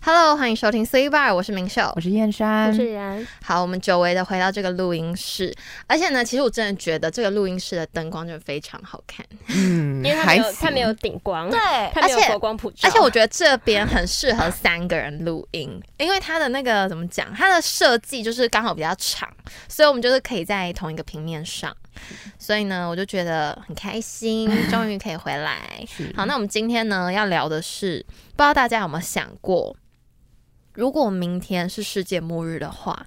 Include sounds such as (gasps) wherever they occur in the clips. Hello，欢迎收听 C Bar，我是明秀我。是燕山主，持人，好，我们久违的回到这个录音室，而且呢，其实我真的觉得这个录音室的灯光真的非常好看，嗯因为他没有还行他没有顶光，对，他而没有佛且。光普照，而且我觉得这边很适合三个人录音， (laughs) 因为它的那个怎么讲，它的设计就是刚好比较长，所以我们就是可以在同一个平面上。所以呢，我就觉得很开心，终于可以回来。是好，那我们今天呢要聊的是，不知道大家有没有想过，如果明天是世界末日的话，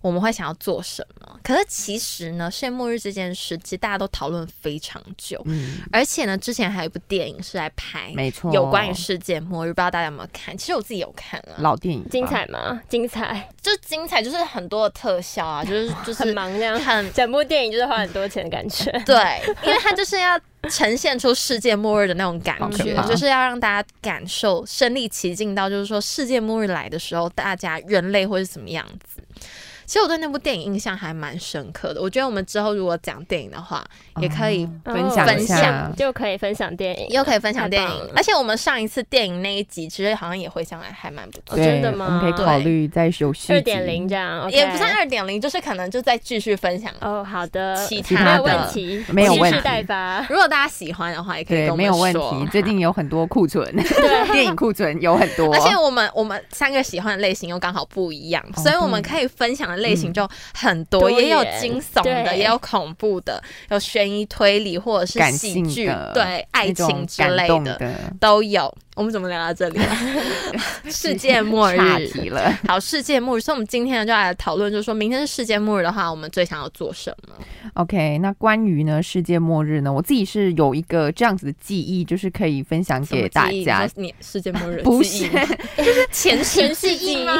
我们会想要做什么？可是其实呢，世界末日这件事，其实大家都讨论非常久，嗯，而且呢，之前还有一部电影是来拍没错，哎有关于世界末日，不知道大家有没有看？其实我自己有看啊，老电影吧，精彩吗？精彩，就精彩，就是很多的特效啊， (laughs) 就是就很是忙这样，很整部电影就是花很多钱的 (laughs) 感觉，对，因为它就是要呈现出世界末日的那种感好可觉，怕就是要让大家感受身临其境到，就是说世界末日来的时候，大家人类会是什么样子。其实我对那部电影印象还蛮深刻的，我觉得我们之后如果讲电影的话，也可以哦分享分一享下，就可以分享电影，又可以分享电太棒影了，而且我们上一次电影那一集其实好像也回想来还蛮不错，哦对，真的吗我们可以考虑再有续集二点，零这样，也不算 OK 二点零，就是可能就再继续分享。哦，好的，其其他没他有问的题，呃没有蓄问势题待发，如果大家喜欢的话，也可以跟对，我没们有问说题，最近有很多 (laughs) 库存，电影库存有很多，而且我们我们三个喜欢的类型又刚好不一样，哦所以我们可以分享的类型就很多，嗯也有多元惊悚的，对也有恐怖的，有悬疑推理或者感是喜性剧的，对爱那种情之感类动的的都有。我们怎么聊到这里 (laughs) 了？世界末岔日。题了。 (laughs) 好，世界末日，所以我们今天呢就来讨论，就是说明天是世界末日的话，我们最想要做什么？ OK，那关于呢世界末日呢，我自己是有一个这样子的记忆，就是可以分享什么给大记忆家你。说你世界末日不记是忆吗，就是前世前记世忆 (laughs) 记吗？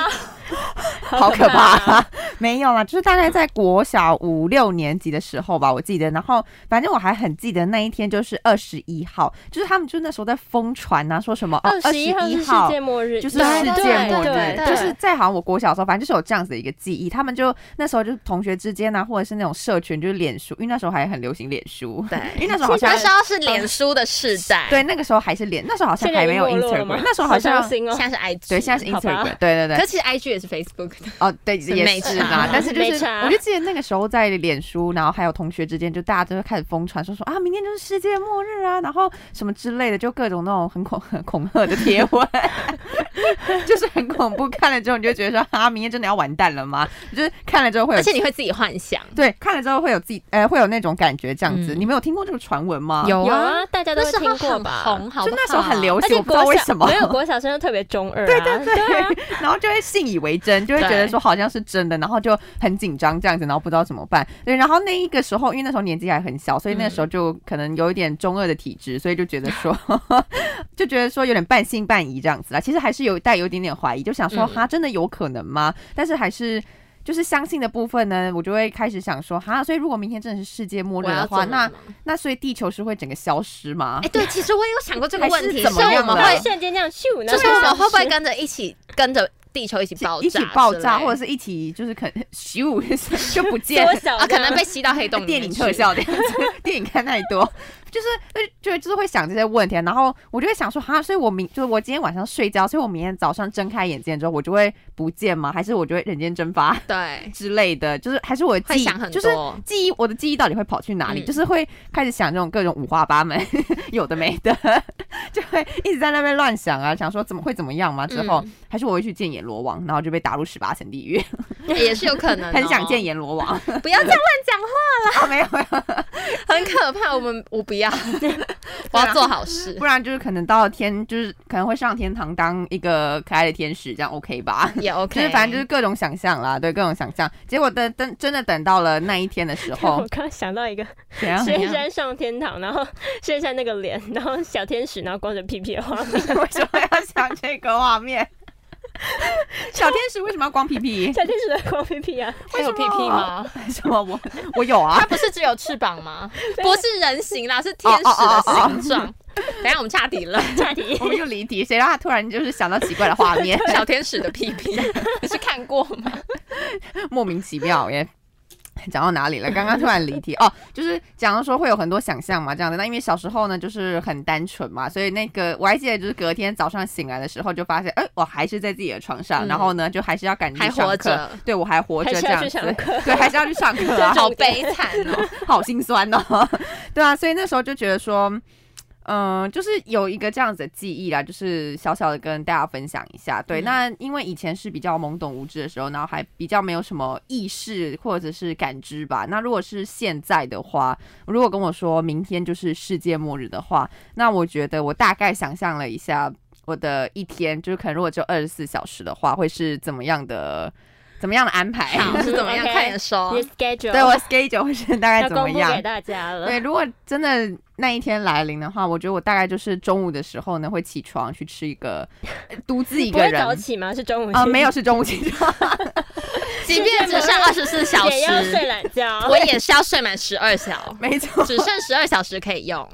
(laughs) 好可啊！怕！哦没有啦，就是大概在国小五六年级的时候吧，我记得。然后反正我还很记得那一天就是二十一号，就是他们就那时候在疯传啊，说什么哦二二十十一号一是世号界末日，就是对世界对末对日，对就是在好像我国小的时候，反正就是有这样子的一个记忆。他们就那时候就是同学之间啊，或者是那种社群，就是脸书，因为那时候还很流行脸书，对，因为那时候好 (laughs) 像那时候是脸书的世代，对，那个时候还是脸，那时候好像现在还已没经有没落了吗 Instagram，那时候好像伤心哦现在是 IG，对，现在是好吧 Instagram，对对对可。其实 IG 也是 Facebook 的，哦，对，是也没是差啦。但是就没是，差我就记得那个时候在脸书，然后还有同学之间，就大家都会开始疯传说说啊，明天就是世界末日啊，然后什么之类的，就各种那种很恐 (laughs) 很恐吓的贴文， (laughs) 就是很恐怖。看了之后你就觉得说啊，明天真的要完蛋了吗？就是看了之后会有，而且你会自己幻想。对看了之后会有自己呃会有那种感觉这样子。嗯你们有听过这个传闻吗？有有啊，大家都那会时候听过很吧？红，好不好，就那时候很流而行，且我不知道国为小什么。没有国小生特别中二、啊，对对对啊， (laughs) 然后就会信以为真，就会觉得说好像是真的，然后就很紧张这样子，然后不知道怎么办。对，然后那一个时候，因为那时候年纪还很小，所以那时候就可能有一点中二的体质，所以就觉得说， (laughs) 就觉得说有点半信半疑这样子啦。其实还是有带有一点点怀疑，就想说嗯哈，真的有可能吗？但是还是。就是相信的部分呢，我就会开始想说，哈，所以如果明天真的是世界末日我要的做话，梦那吗那所以地球是会整个消失吗哎，？对，其实我也有想过这个还是问题，怎么是我样们的会，瞬间这样咻，就是我们会不会跟着一起跟着地球一起爆炸一之起类的，爆炸，或者是一起就是可能 (laughs) 咻就不见了缩，小、啊，可能被吸到黑洞里面电影去特，效的样子，电影看太多，就是呃就就是会想这些问题啊，然后我就会想说，哈，所以我明就是我今天晚上睡觉，所以我明天早上睁开眼睛之后，我就会不见吗？还是我就会人间蒸发 (laughs) 对，之类的？就是还是我的会记忆想很就是多。记忆，我的记忆到底会跑去哪里？嗯就是会开始想这种各种五花八门， (laughs) 有的没的， (laughs) 就会一直在那边乱想啊，想说怎么会怎么样嘛？之后、嗯还是我会去见阎罗王，然后就被打入十八层地狱，也是有可能哦，很想见阎罗王， (laughs) 不要这样啊没有没有。 (laughs) 乱，很可怕。我们我 (laughs) 不要，我要做好事不，然就是可能到天，就是可能会上天堂当一个可爱的天使，这样 OK 吧？ (laughs) 也 OK。就是反正就是各种想象啦，对，各种想象。结果等等，真的等到了那一天的时候 (laughs) (laughs) 我，刚想到一个，怎样？薛山上天堂，然后 (laughs) 薛山那个脸，然后小天使，然后光着屁屁的画面， (laughs) 为什么要想这个画面？ (laughs) 小天使为什么要光屁 (laughs) 屁？小天使的光屁屁啊，还有为屁什么屁 (laughs) 吗？什么我我有啊它？不是只有翅膀 (laughs) 吗？不是人形啦，是天使的形状。等一下我们哦岔题了，(laughs) 差题我们就离题，谁让他突然就是想到奇怪的画面，小天使的屁屁，你是看过吗？莫名其妙耶。讲到哪里了？刚刚突然离题哦，就是讲到说会有很多想象嘛，这样的。那因为小时候呢，就是很单纯嘛，所以那个我还记得，就是隔天早上醒来的时候，就发现，哎、我还是在自己的床嗯上，然后呢，就还是要赶紧还上活课着，对我还活着还是这要样去子。上，课对，还是要去 (laughs) 上课啊，好悲惨 (laughs) 哦。 (laughs) 好心酸哦。 (laughs) 对啊，所以那时候就觉得说，嗯、就是有一个这样子的记忆啦，就是小小的跟大家分享一下。对，嗯那因为以前是比较懵懂无知的时候，然后还比较没有什么意识或者是感知吧。那如果是现在的话，如果跟我说明天就是世界末日的话，那我觉得我大概想象了一下。我的一天就是可能如果只有二十四小时的话，会是怎么样的？怎么样的安排？好是怎么样？ OK 快点说你的。schedule (laughs) 哦对我 schedule 会是大概要怎么公布样给？大家 (laughs) 了。对，如果真的那一天来临的话，我觉得我大概就是中午的时候呢，会起床去吃一个 (laughs) 呃独自一不个会人早起吗？是中午啊、没有是中午起床，，即便只剩二十四小也要睡时，懒觉。我也是要睡满十二小没错， (laughs) 只剩十二小时可以用。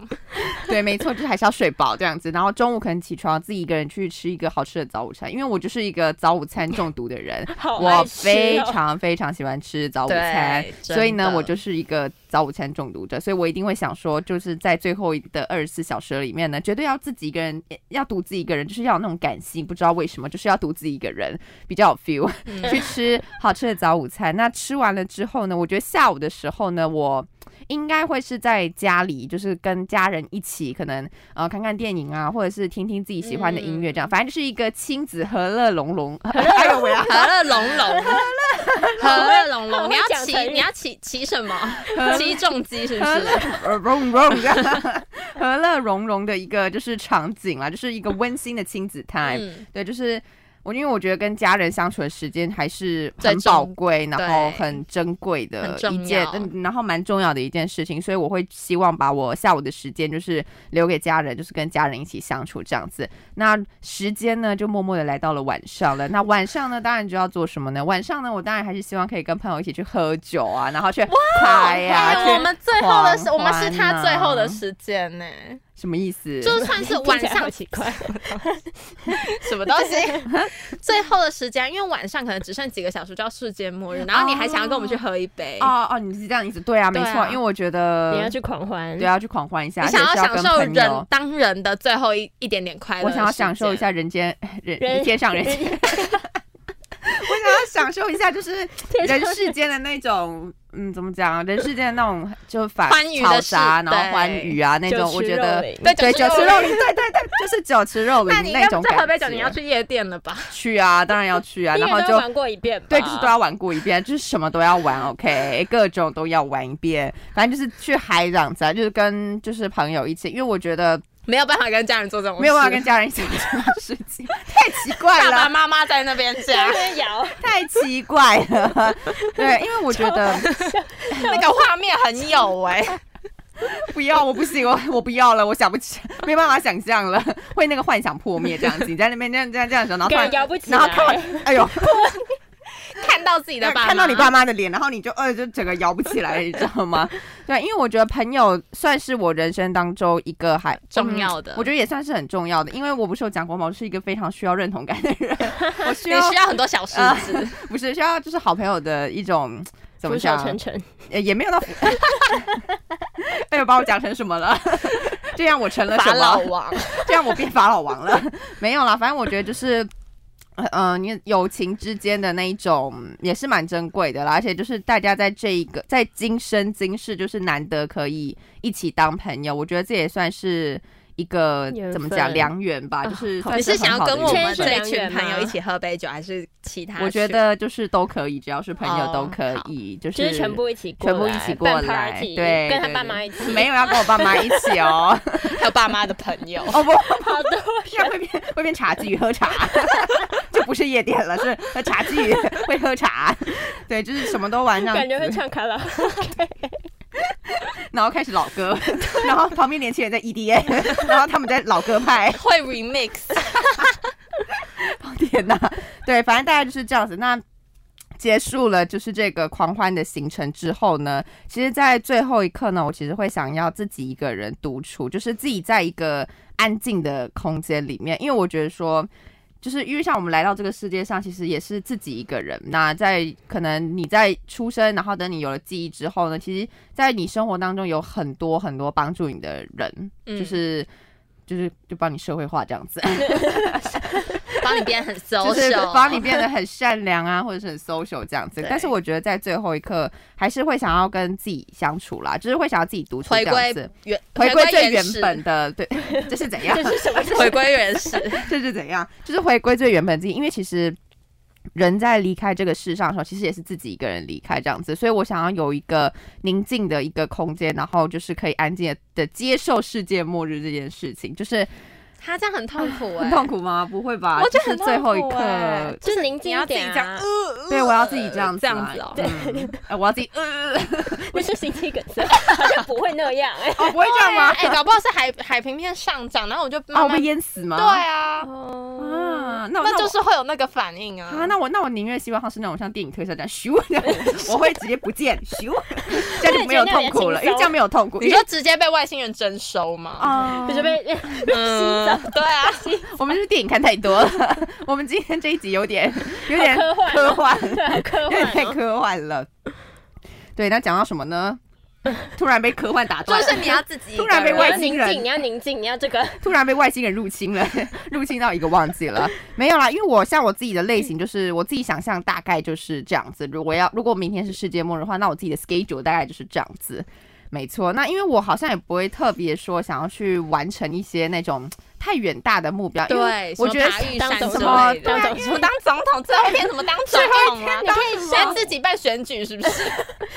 对，没错，就是还是要睡饱这样子。然后中午可能起床自己一个人去吃一个好吃的早午餐，因为我就是一个早午餐中毒的人，好爱我吃哦非常非常喜欢吃早午餐对，真所以呢，的我就是一个早午餐中毒者，所以我一定会想说，就是在最后的二十四小时里面呢，绝对要自己一个人，要独自一个人，就是要有那种感性，不知道为什么，就是要独自一个人比 (laughs) 较有 feel，、去吃好吃的早午餐。那吃完了之后呢，我觉得下午的时候呢，我。应该会是在家里，就是跟家人一起，可能呃看看电影啊，或者是听听自己喜欢的音乐，嗯这样，反正就是一个亲子和乐融融。哎呦喂 (laughs) 啊！和乐融融，和乐融好融，会你要讲骑成语你要骑骑什么？和骑重机是不和是？ (laughs) 乐融融这样， (laughs) 和乐融融的一个就是场景啦，就是一个温馨的亲子 time、嗯，对，就是我因为我觉得跟家人相处的时间还是最很重宝贵，然对后很珍贵很的重一件要，嗯，然后蛮重要的一件事情，所以我会希望把我下午的时间就是留给家人，就是跟家人一起相处这样子。那时间呢，就默默的来到了晚上了。那晚上呢，当然就要做什么呢？晚上呢，我当然还是希望可以跟朋友一起去喝酒啊，然后去嗨呀、哎去呦我们最后的时，狂我们是欢他啊最后的时间呢，什么意思？就算是晚听起来上好奇怪， (laughs) 什么东西，最后的时间，因为晚上可能只剩几个小时就要世界末日，然后你还想要跟我们去喝一杯，哦哦，你是这样意思？对啊，没对啊错，因为我觉你要得去狂欢。对，啊要去狂欢一下，你想而且是享跟受朋人友，当人的最后一一点点快乐，我想要享受一，下人间 (laughs) 人人天上人间， (laughs) 我想要享受一下就是天上人世间的那种。嗯，怎么讲啊？人世间的那种就反欢愉的嘈事杂，然后对欢愉啊那酒种，我池觉肉得林对对酒酒池池肉肉林，对对对，就是酒池肉 (laughs) 林那你应该那不种是感觉。喝杯酒，你要去夜店了吧？去啊，当然要 (laughs) 去啊，一然后年就都玩过一遍吧。对，就是都要玩过一遍，就是什么都要玩，OK，各种都要玩一遍，反正就是去嗨这样子啊，就是跟就是朋友一起，因为我觉得没有办法跟家人做这种事，没有办法跟家人一起做这种事情，太奇怪爸爸了，妈妈在那边讲啊在那，边摇，太奇怪了， (laughs) 对，因为我觉得那个画面很有哎、 (laughs) 不要，我不行，我我不要了，我想不起，没办法想象了，会那个幻想破灭这样子，你在那边这样这样这样的时候，然后突感然觉摇不起然后看来。完，哎呦，看到自己的爸妈，看到你爸妈的脸，然后你就呃就整个摇不起来， (laughs) 你知道 (laughs) 吗？对，因为我觉得朋友算是我人生当中一个还嗯重要的我觉得也算是很重要的，因为我不是有讲过吗？我是一个非常需要认同感的 (laughs) 人，我需你要需要很多小石子， (laughs) 不是需要就是好朋友的一种怎么俯首讲，称臣，呃也没有到， (laughs) 哎呦把我讲成什么了？ (laughs) 这样我成了法什么老？王， (laughs) 这样我变法老 (laughs) 王了。没有啦，反正我觉得就是。呃呃，你友情之间的那一种也是蛮珍贵的啦，而且就是大家在这一个在今生今世，就是难得可以一起当朋友，我觉得这也算是一个缘分啊怎么讲良缘吧，就是好算你是很想要好的跟我缘们分圈这一群水良缘吗朋友一起喝杯酒，还是其他群？我觉得就是都可以，只要是朋友哦都可以，就是就是全部一起过全来，部一起过办来 party，对跟他对爸对妈一起。没有要跟我爸妈一起哦， (laughs) 还有爸妈的朋 (laughs) 友，哦不，好多这样会变会变茶具喝茶， (laughs) 就不是夜店了，是喝茶具会喝茶，对，就是什么都玩这样感觉会子，唱卡拉然后开始老歌，然后旁边年轻人在 EDM，然后他们在老歌派，会 remix，天哪， (laughs) 对，反正大概就是这样子。那结束了就是这个狂欢的行程之后呢，其实，在最后一刻呢，我其实会想要自己一个人独处，就是自己在一个安静的空间里面，因为我觉得说。就是因为像我们来到这个世界上，其实也是自己一个人。那在可能你在出生，然后等你有了记忆之后呢，其实，在你生活当中有很多很多帮助你的人，嗯就是就是就帮你社会化这样子，帮你变得很 social，就是 (laughs) 帮你变得很善良啊，或者是很 social 这样子。对但是我觉得在最后一刻，还是会想要跟自己相处啦，就是会想要自己独处这回样归子，原回归归最原原始本，的，对， (laughs) 这是怎 (laughs) 样？这是什么？回归原 (laughs) 始。这是怎样？就是回归最原本自己，因为其实人在离开这个世上的时候，其实也是自己一个人离开这样子，所以我想要有一个宁静的一个空间，然后就是可以安静的接受世界末日这件事情，就是他这样很痛苦哎、很痛苦吗？不会吧？我觉得就是很痛苦最后一刻。欸就是宁静一点啊，对，我要自己这样子、啊这样子哦嗯呃我要自己，呃，那是心肌梗塞，好像不会那样哎。哦，不会这样吗？哎、 (laughs) 搞不好是海海平面上涨，哦然后我就啊，慢我慢、被淹死吗？对啊，哦，啊，那我那那就我是会有那个反应啊。啊，那我那我宁愿希望它是那种像电影特效这样咻，这样 (laughs) 我我会直接不见咻，这样就没有痛苦了，因为这样没有痛苦。你说直接被外星人征收吗？ (laughs) 啊就是被嗯，对啊，我们就是电影看太多了，我们今天这一集有点有点科幻哦 (laughs) 科幻，有点对科幻太哦，科幻了。对，那讲到什么呢？突然被科幻打 (laughs) 就断，是你要自己一个人突然被你外要星宁人静，你要宁静，你要这个突然被外星人入侵了， (laughs) 入侵到一个忘记了，没有啦，因为我像我自己的类型，就是我自己想象大概就是这样子。如果要如果明天是世界末日的话，那我自己的 schedule 大概就是这样子。没错，那因为我好像也不会特别说想要去完成一些那种太远大的目标，因为对，我觉得什么爬玉当山总之统啊类的，当对啊总什么当总统，最后一天什么当总统啊？当现在自己办选举是不是？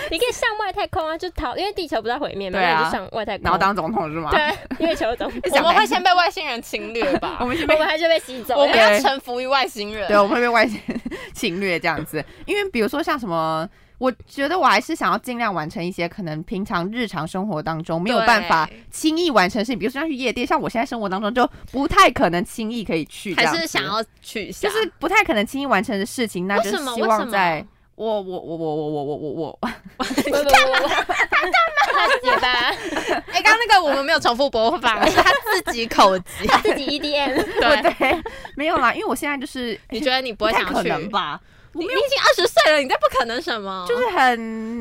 你可以上外太空啊，就逃，因为地球不是在毁灭嘛，对啊那你就上外太空，然后当总统是吗？，对月球总，我们会先被外星人侵略 (laughs) 我吧？们是被我们还是被吸走我了们。要臣服于外星人。对，我们会被外星 (laughs) 侵略这样子。因为比如说像什么，我觉得我还是想要尽量完成一些可能平常日常生活当中没有办法对轻易完成的事情，比如说像去夜店，像我现在生活当中就不太可能轻易可以去这样还子，是想要取消，就是不太可能轻易完成的事情，那为就什么希为什望么在。我我我我我我我我我，不不不不，他解吧， (laughs) 哎，刚刚那个我们没有重复播放，是他自己口 (laughs) 急。自己 EDM，我对， (laughs) 对，没有啦，因为我现在就是 (laughs) 你觉得你不不会太想可去？能吧，你你已经二十岁了，你再不可能什么？就是很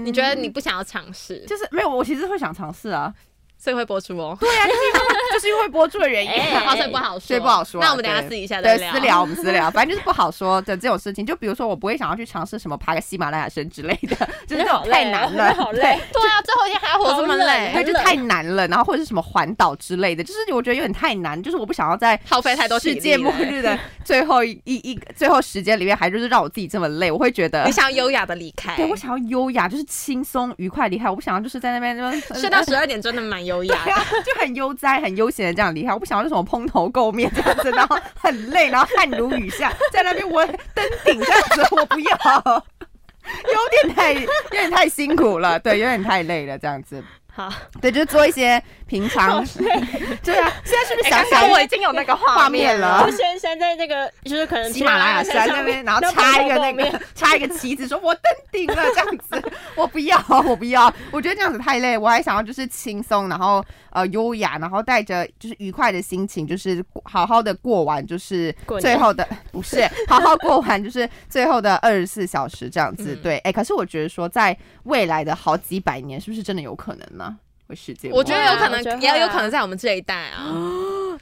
嗯你觉得你不想要尝试，就是没有，我其实会想尝试啊，所以会播出哦。对啊，就是因为 (laughs) 就是因为播出的 (laughs) 原因啊，哎好，所以不好说，所以不好说啊那我们等一下对私底下再对，私聊我们私 (laughs) 聊，反正就是不好说的这种事情。就比如说，我不会想要去尝试什么爬个喜马拉雅山之类 (laughs) 的，就是真这的好种累太哦难真的了，好累。对啊，最后一天还要活这么好累累，对，就太难了。然后或者是什么环岛之类的，就是我觉得有点太难，就是我不想要在耗费太多体世力界末了 (laughs) 日的最后一一一最后时间里面，还就是让我自己这么累，我会觉得你。想要优雅的离开对，，我想要优雅，就是轻松愉快地离开。我不想要就是在那边就睡到十二点真的蛮优雅 (laughs) 对的。啊，就很悠哉、很悠闲的这样离开。我不想要那种蓬头垢面这样子，然后很累，然后汗如雨下， (laughs) 在那边我登顶这样子，我不要，有点太有点太辛苦了，对，有点太累了这样子。好，对，就是做一些平常， (laughs) 对啊，现在是不是想哎刚想刚我已经有那个画画面了了，我先生在那个就是可能喜马拉雅山上那边，然后那插一个边那后个面插一个旗子，说我登顶了这样子，我不要，我不要，我觉得这样子太累，我还想要就是轻松，然后呃优雅，然后带着就是愉快的心情，就是好好的过完就是过年最后的不是好好过完就是最后的二十四小时这样子。嗯对，哎，可是我觉得说在未来的好几百年，是不是真的有可能呢？会世界末日？我觉得有可我觉得能，会也有啊可能在我们这一代啊。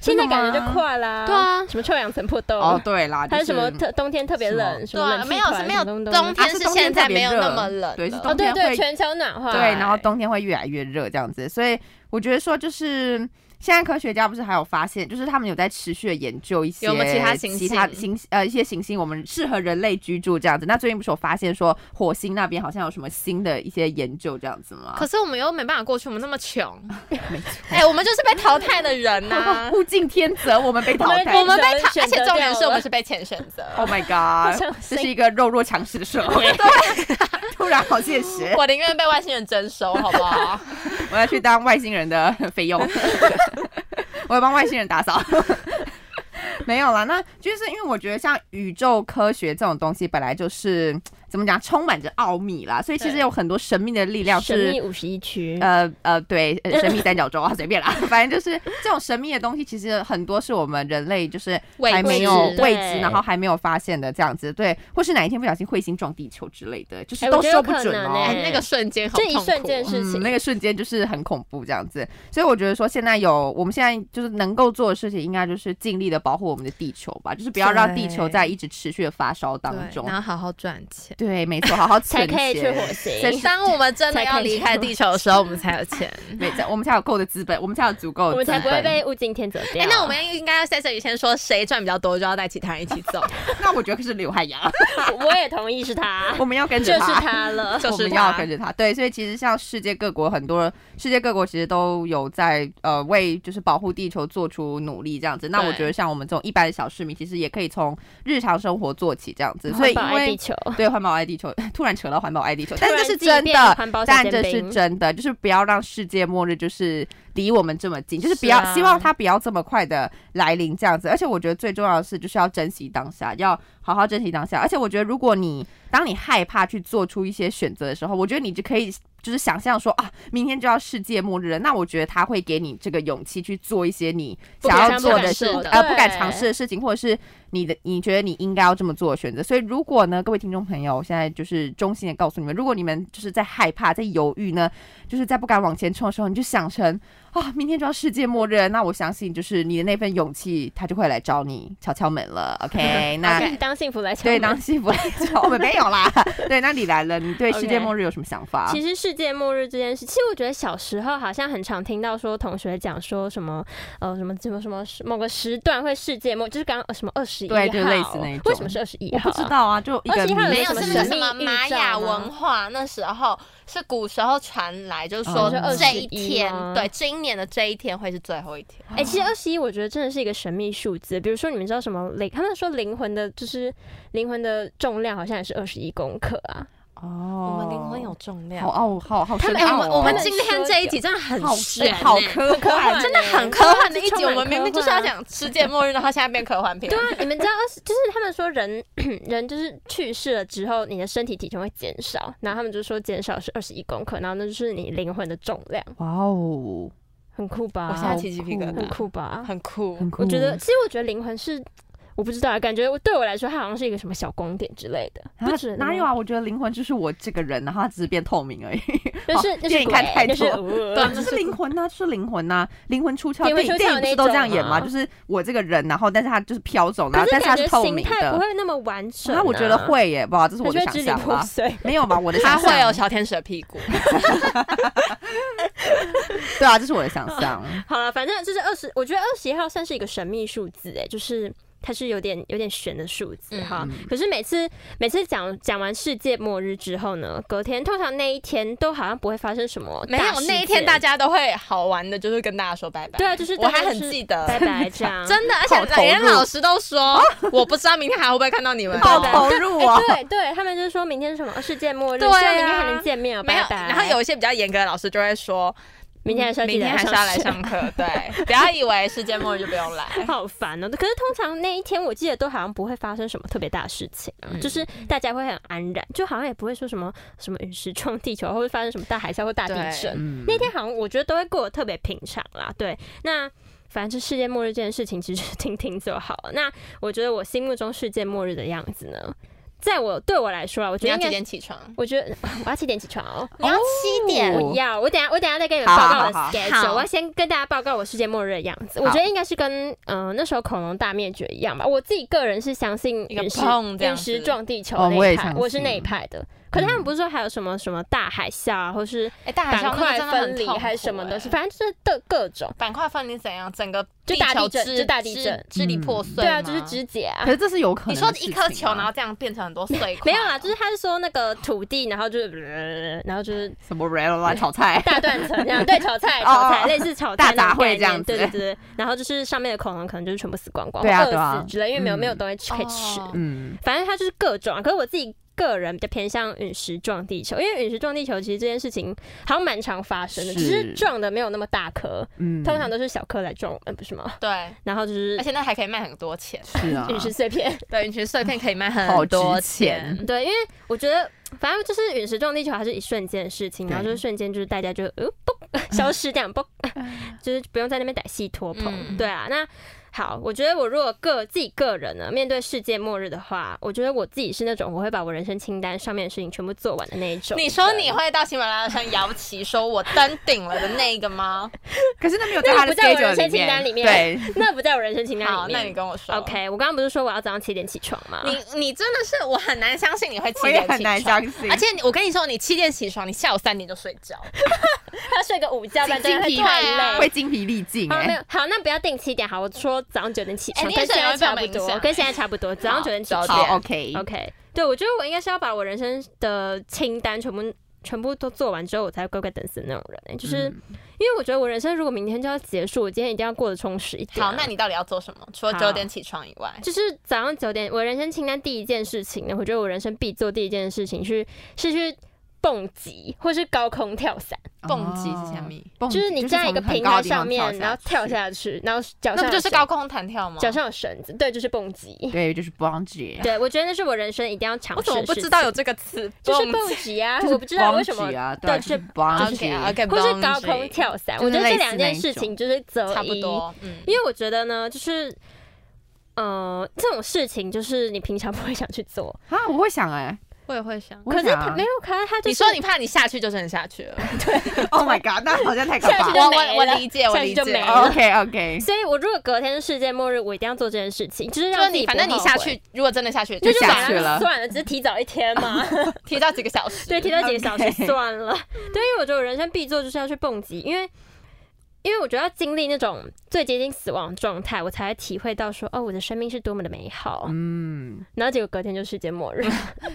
现在感真觉的就吗快啦。对啊什么臭氧层破洞，哦，对啦，就还有什么是特冬天特别冷，什对么啊，冷气没有是团没有什么东东冬东天啊是是冬天现在特别没有那热么冷，对是冬哦，对天会对，全球暖化，对，然后冬天会越来越热这样子，所以我觉得说就是。现在科学家不是还有发现，就是他们有在持续的研究一些有没有其他行星其他行呃一些行星，我们适合人类居住这样子。那最近不是有发现说火星那边好像有什么新的一些研究这样子吗？可是我们又没办法过去，我们那么穷， (laughs) 没错， (laughs) 哎、我们就是被淘汰的人 (laughs) 呐、物竞天择，我们被淘汰。啊我们被淘，选而择且重点是掉我了们是被钱选 (laughs) 择。 Oh my god，像这是一个弱肉强食的社 (laughs) 会， (laughs) 突然好现实。我宁愿被外星人征收，好不好？我要去当外星人的 (laughs) 费 (laughs) 用，我要帮外星人打扫。 (laughs) 没有啦，那就是因为我觉得像宇宙科学这种东西本来就是，怎么讲，充满着奥秘啦。所以其实对有很多神秘的力量神秘是。五十一区，呃呃，对，呃神秘三角洲啊，随 (laughs) 便啦，反正就是这种神秘的东西，其实很多是我们人类就是未还没知有对未知，然后还没有发现的这样子，对，或是哪一天不小心彗星撞地球之类的，就是哎都我觉得说不有可准能哦。欸哎、那个瞬间好这痛一苦，瞬间是事情嗯，那个瞬间就是很恐怖这样子。所以我觉得说，现在有我们现在就是能够做的事情，应该就是尽力的保护我们的地球吧，就是不要让地球对在一直持续的发烧当对，中。然后好好赚钱。对，没错，好好 (laughs) 才存可以去钱火星。真是当我们真的才要可以离出开地球的时候，我们才有钱。没错，我们才有够的资本，我们才有足够我的们资才本。不会被物竞天择掉。 (laughs) 哎、那我们应该要在这里先说，谁赚比较多，就要带其他人一起走。那我觉得是刘海 (laughs) 洋，我我也同意是他，我们要跟就着是他了。就是我们他要跟着他。对，所以其实像世界各国很多世界各国其实都有在呃为就是保护地球做出努力这样子。那我对觉得像我们这种一般的小市民，其实也可以从日常生活做起这样子。所以环因保爱为地球，对环保爱地球， (laughs) 突然扯到环保爱地球，但突这然是自己真变成的，环保小但尖这兵是真的，就是不要让世界末日就是离我们这么近，就是不是要、啊希望它不要这么快的来临这样子。而且我觉得最重要的是，就是要珍惜当下，要好好珍惜当下。而且我觉得，如果你当你害怕去做出一些选择的时候，我觉得你就可以。就是想象说啊，明天就要世界末日了，那我觉得他会给你这个勇气去做一些你不想要敢尝试做的的事，事呃，不敢对尝试的事情，或者是你的你觉得你应该要这么做的选择。所以，如果呢，各位听众朋友，我现在就是衷心的告诉你们，如果你们就是在害怕、在犹豫呢，就是在不敢往前冲的时候，你就想成啊，明天就要世界末日了，那我相信就是你的那份勇气，它就会来找你敲敲门了。OK，那。 (laughs) 就是当幸福来敲啊对，门当幸福来敲门没有啦。对，那你来了，你对世界 OK 末日有什么想法其实世界末日这件事，其实我觉得小时候好像很常听到说同学讲说什么呃什么什么什么某个时段会世界末，就是刚呃什么二十一号，对就类似那一种为什么是二十一我号、不知，道啊，就一个21号谜 (laughs) 没没有，有是不什是么什么神秘预玛雅兆吗文化？那时候是古时候传来，就是说哦就这一21天，吗对，今年的这一天会是最后一天。哎、其实二十一我觉得真的是一个神秘数字。比如说你们知道什么灵？他们说灵魂的就是灵魂的重量好像也是二十一公克啊。哦，我们灵魂有重量好。傲，好好他深们、哎奥我们哦我们好今天这一集真的很好悬、欸，好科幻，真的很科幻的一集。我们明明就是要讲世界 (laughs) 末日，然后现在变科幻片对。啊，你们知道，就是他们说人 (clears throat) 人就是去世了之后，你的身体体重会减少，然后他们就说减少是二十一公克，然后那就是你灵魂的重量，哇哦，很酷吧？我现在起鸡皮疙很瘩，酷吧？很酷。很酷。我觉得，其实我觉得灵魂是，我不知道啊，感觉我对我来说，它好像是一个什么小光点之类的，啊不止哪有啊？我觉得灵魂就是我这个人，然后它只是变透明而已。就是哦就电是影看太鬼，就是多 (laughs) 啊呃就是灵魂呐、就是灵魂呐、啊灵魂出窍。灵电魂影出电窍影不那是都这样种演吗？啊就是我这个人，然后但是他就是飘走，然可后但是是他感是觉透形明态不的。会那么完整、啊。那我觉得，会耶，不好，这是我我觉的得想支离象啊破吧。碎。没有吧？我的它想会有哦象。小天使的屁股，对啊，这是我的想象。好了，反正就是二十，我觉得二十一号算是一个神秘数字，哎，就是它是有点有点悬的数字嗯哈。可是每次每次讲讲完世界末日之后呢，隔天通常那一天都好像不会发生什么没大有事件那一天大家都会好玩的，就是跟大家说拜拜。对啊，就是我大家还很就是记得，拜拜这样。真的，而好且投连入老师都 (laughs) 说，我不知道明天还会不会看到你们。好拜拜投入哎哦。对对，他们就是说明天是什么哦世界末日，对希啊望明天还能见面哦，没有拜，拜。然后有一些比较严格的老师就会说，明天还是要明记得天还是要来上课，对，不要以为世界末日就不用 (laughs) 来。好烦哦！可是通常那一天，我记得都好像不会发生什么特别大的事情嗯啊、就是大家会很安然，就好像也不会说什么什么陨石撞地球，或者发生什么大海啸或大地震。嗯那天好像我觉得都会过得特别平常啦。对，那。反正这世界末日这件事情，其实听听就好了。那我觉得我心目中世界末日的样子呢，在我对我来说啊，我你觉得要应几该，点起床？我觉得 (laughs) 我要七点起床哦。你要七点哦我要，我等一下我等一下再跟你们报告我的好啊好好 schedule。好我要先跟大家报告我世界末日的样子。好我觉得应该是跟嗯、呃那时候恐龙大灭绝一样吧。我自己个人是相信一个陨石砰这样陨子石撞地球哦我那也一派，相我是那一信嗯派的。可是他们不是说还有什么什么大海啸啊，或是哎，大海板啸那块个真的分很离痛苦还是什么东西，哎反正就是各各种。板块分离怎样？整个就地球大地震支就大地震支支离破碎。对啊，就是。肢解啊可。是这是有可能你的说事一情啊。颗球，然后这样变成很多碎块没哦？有啦，就是他是说那个土地，然后就是，然后就是什么 red 啦炒 (laughs) 菜。大断层这样，对，炒菜， (laughs) 哦炒菜，类似炒大菜那杂种概烩念这样子对对对。对然后就是上面的恐龙可能就是全部死光光，对啊或对啊饿死之类，因为没有嗯没有东西吃可以吃。哦嗯，反正它就是各种啊，可是我自己个人比较偏向陨石撞地球，因为陨石撞地球其实这件事情好像蛮常发生的，是只是撞的没有那么大颗，嗯，通常都是小颗来撞我呃们，不是吗？对，然后就是而且那还可以卖很多钱，是 (laughs) 啊，陨石碎片，对，陨石碎片可以卖好很值多钱钱，对，因为我觉得反正就是陨石撞地球，它是一瞬间的事情，对然后就是瞬间就是大家就呃嘣 (laughs) 消失这样嘣， (laughs) 就是不用在那边逮戏拖棚。嗯对啊，那好，我觉得我如果个自己个人呢，面对世界末日的话，我觉得我自己是那种我会把我人生清单上面的事情全部做完的那一种。你说你会到喜马拉雅山摇旗，说我登顶了的那一个吗？可是那没有在他的那个不在 schedule 我人生里清单里面对，那不在我人生清单好，里面。那你跟我说。 OK，我刚刚不是说我要早上七点起床吗？你你真的是我很难相信你会七我也点很起难床相，信，而且你我跟你说，你七点起床，你下午三点就睡觉，要睡个午觉，不然真的会精疲态太累啊。会精疲力尽好，没哎。有好，那不要定七点，好，我说早上九点起哎床，你跟也现省了在被差我不们影多，响跟现在差不多，早上九点起早床。点好，OK， OK，对我觉得我应该是要把我人生的清单全部全部都做完之后，我才会乖乖等死的那种人、欸。就是、嗯因为我觉得我人生如果明天就要结束，我今天一定要过得充实一点啊、好，那你到底要做什么？除了好九点起床以外，就是早上九点，我人生清单第一件事情呢，我觉得我人生必做第一件事情是是去蹦极或是高空跳伞，蹦极是什么？哦蹦就是你极站在一个从很平高的台地上方面，跳然后跳去，下去，然后脚那不上有就是绳高空弹跳吗？脚上有绳子，对，就是蹦极。对，就是蹦极。 (laughs) 对，我觉得那是我人生一定要尝我试怎的么事情。不知道有这个词？就是蹦蹦极啊？就是我不知道为什蹦极么，啊，对对，就是蹦极 OK，OK，或是高空跳伞。就是我觉得类这似两件事那一情就是择差不一，多，嗯，因为我觉得呢，就是呃，这种事情就是你平常不会想去做，啊，我会想哎，我也会想。我可会是想它啊没有，可是它就你是说你怕你下去就真的下去了， (laughs) ，Oh my god，那好像太可下怕去了。我就没了我我理解，我理下去就没解。了哦 OK (laughs) OK，所以我如果隔天是世界末日，我一定要做这件事情，就是就是让自己你，不反正你后下悔，去，如果真的下去，就就是下反去正了算了，只是提早一天嘛。提到几个小时。对，提到几个小时 OK (laughs) 算了。对，因为我觉得我人生必做就是要去蹦极，因为因为我觉得要经历那种最接近死亡的状态，我才会体会到说，哦，我的生命是多么的美好。嗯，然后结果隔天就世界末日，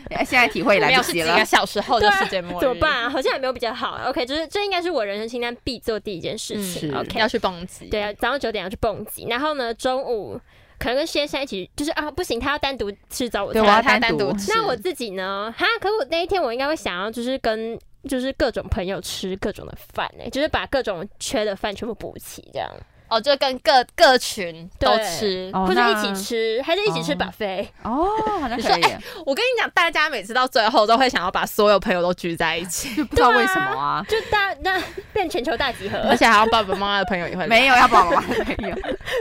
哎现在体会来没不有是及几了个。小时后对的啊世界末日，怎么办、？啊？好像也没有比较好。OK，就是这应该是我人生清单必做第一件事嗯情。是 OK，要去蹦极，对啊，早上九点要去蹦极，然后呢，中午可能跟先生一起，就是啊，不行，他要单独吃早午对，餐我。要他单单独独吃那我自己呢？哈，可我那一天我应该会想要就是跟就是各种朋友吃各种的饭呢、就是把各种缺的饭全部补齐这样，哦，就跟各各群都对吃。哦或者一那起吃，还是一起吃哦 buffet，、哦，好像你说可以耶，我跟你讲，大家每次到最后都会想要把所有朋友都聚在一起，(laughs) (laughs) 就不知道为什么啊，就大那变全球大集 (laughs) 合，而且还有爸爸妈妈的朋友啊也会来没有要宝宝 (laughs) 没有，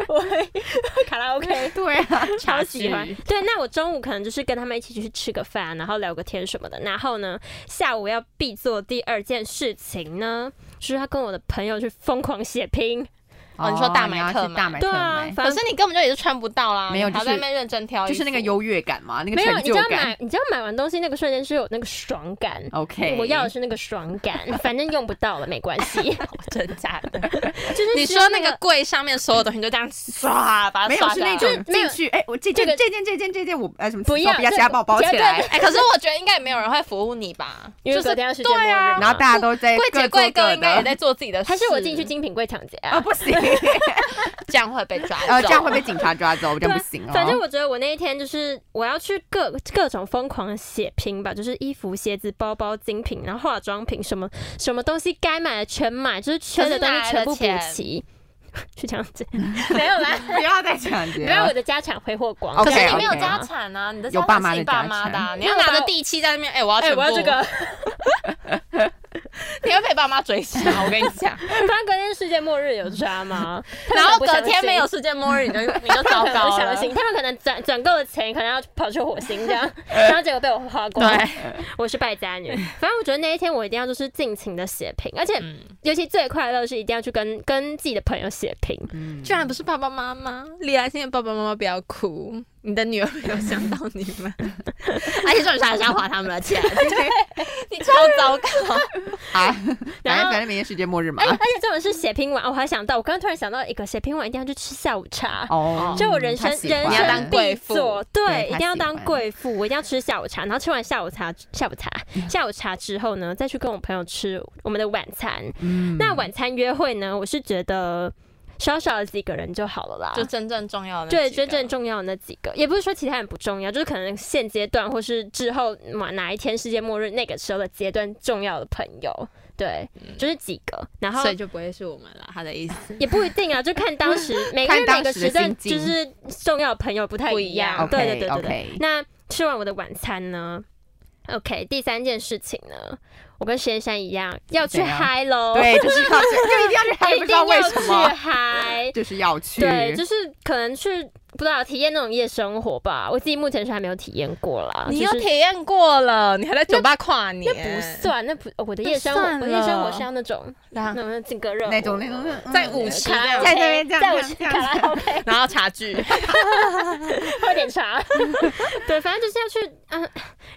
我会卡拉 OK。对啊，超喜欢茶，对，那我中午可能就是跟他们一起去吃个饭，啊然后聊个天什么的。然后呢，下午要必做第二件事情呢，就是要跟我的朋友去疯狂血拼。哦你说大买你要特去大买买对特啊买，，反可正是你根本就也是穿不到啦，没有你还就是在那边认真挑衣服，就是那个优越感嘛，那个没有，成你就知道感买，。你知道买完东西那个瞬间是有那个爽感。哦 OK，我要的是那个 (laughs) 爽感，反正用不到了没关系。真假的。就 (laughs) 是你吃说那个柜上面所有东西就这样唰把它没有刷是掉那了，种没有进去，哎，我这这件个这件这件这件我哎什么不要不要这其他包包不要起来， (laughs) 哎，可是 (laughs) 我觉得应该也没有人会服务你吧，因就为是隔天要世界末日对啊嘛然后大家都在柜各姐做柜哥各应该也的。在做自己的事，还是我进去精品柜抢劫啊，哦啊？不 (laughs) 行，这样会被抓呃，这样会走被警察抓走，这样不行哦。啊反正我觉得我那一天就是我要去各各种疯狂的血拼吧，就是衣服、鞋子、包包、精品，然后化妆品什么什么东西该买的全买，就是缺的东西全部补齐。 (laughs) 去抢劫没有啦，不要再抢劫没有我了。的家产挥霍光。哦可是你 OK，OK 没有家产，产啊，你的有家爸产妈是你的爸家妈的啊，产你要拿着地契在那边，哎，我要哎、全部我要这个，你会被爸妈追 (laughs) 杀，我跟你讲。 (laughs) 反正隔天世界末日有 (laughs) 抓吗？他然们后不相隔信天没有世界末日，你就你就 (laughs) 他糟 (laughs) 们可能糕不了相。信，他们可能攒攒够了钱，可能要跑去火星 (laughs) 这样，然后结果被我花光。对，我是败家女。反正我觉得那一天我一定要就是尽情的血拼，而且嗯尤其最快乐的是一定要去跟跟自己的朋友血拼。 (laughs) 嗯居然不是爸爸妈妈，李来欣的爸爸妈妈不要哭，你的女儿没有想到你们，而且重点是还是要 (laughs) 花他们的钱，啊你超糟 (laughs) 糕。啊，反 (laughs) 然后正反正明天世界末日嘛哎而且。而且这种是血拼完，我还想到，我刚刚突然想到一个，血拼完一定要去吃下午茶。哦就我人生他喜欢啊人你要当生必贵妇做，对对，他一定要喜当欢贵妇，我一定要吃下午茶，然后吃完下午茶，下午茶，下午茶之后呢，再去跟我朋友吃我们的晚餐。嗯那晚餐约会呢，我是觉得。少少的几个人就好了啦。就真正重要的那对，几个真正重要的那几个，也不是说其他人不重要，就是可能现阶段或是之后哪哪一天世界末日那个时候的阶段重要的朋友，对，就是几个，然嗯后所以就不会是我们了。他的意思，也不一定啊，就看 (laughs) 当时每个看人每当个时的时段心境就是重要的朋友不太不一一样样，对 OK，对对对对 OK。那吃完我的晚餐呢？OK，第三件事情呢，我跟石山一样要去怎样嗨 (laughs) 喽，对，就是要去，就一定要去，还一不知定道为要什 (laughs) 去么，嗨，就是要 (laughs) 去。对，就是可能去不知道体验那种夜生活吧。我自己目前是还没有体验过啦。你就又是体验过了，你还在酒吧跨那年，不算，那不哦我的那夜生活，算我的夜生活了是要那种然那后种整个热啊那种火那种，嗯在舞池卡拉这样 OK，在那边这样在我这样去这样卡拉 OK 然后茶具， (laughs) 喝点茶，对，反正就是要去嗯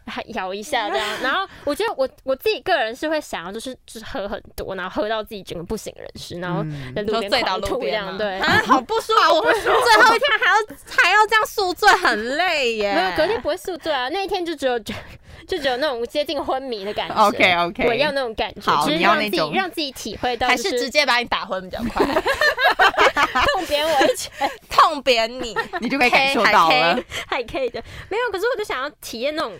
还摇一下这样。然后我觉得我我自己个人是会想要就是就是喝很多，然后喝到自己整个不省人事，然后嗯在就路边醉到狂路吐这边样嘛，对。啊，好不舒服，最后一天还要还要这样宿醉，很累耶。没有，隔天不会宿醉啊。那一天就只有 (laughs) 就只有那种接近昏迷的感觉。 OK，OK 我要那种感觉，好就是你要让自那己种让自己体会 (laughs) 到、还就是直是接把你打昏比较快，痛扁我一拳 (laughs) 痛扁你，你就可以感受到了。 (laughs) 还可以的。没有，可是我就想要体验那种。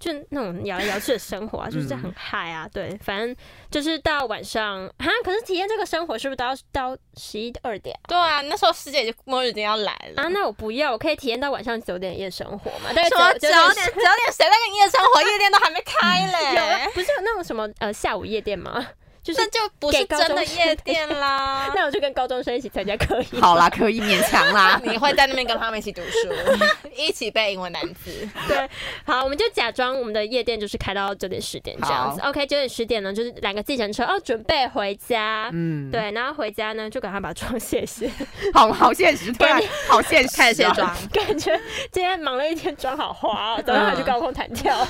就那种摇来摇去的生活啊，就是很嗨啊，对，反正就是到晚上啊，可是体验这个生活是不是都要到十一二点 (laughs) 对啊，那时候世界已经末日已经要来了啊？那我不要，我可以体验到晚上九点夜生活嘛？但嗯是什么九九点九点谁在跟你夜生活？夜店都还没开 (laughs) 有啊嘞，不是有那种什么呃下午夜店吗？就是这就不是真的夜店 (laughs) 啦。。那我就跟高中生一起参加可以吗好啦，可以勉强 (laughs) 啦你会在那边跟他们一起读书， (laughs) 一起背英文单 (laughs) 词。对，好，我们就假装我们的夜店就是开到九点十点这样子。OK，九点十点呢，就是拦个计程车，哦，准备回家。嗯，，对，然后回家呢，就赶快把妆卸卸，好好现实，突然好现实、啊，开始卸妆，感觉今天忙了一天，妆好花、哦，早上还去高空弹跳。 (laughs)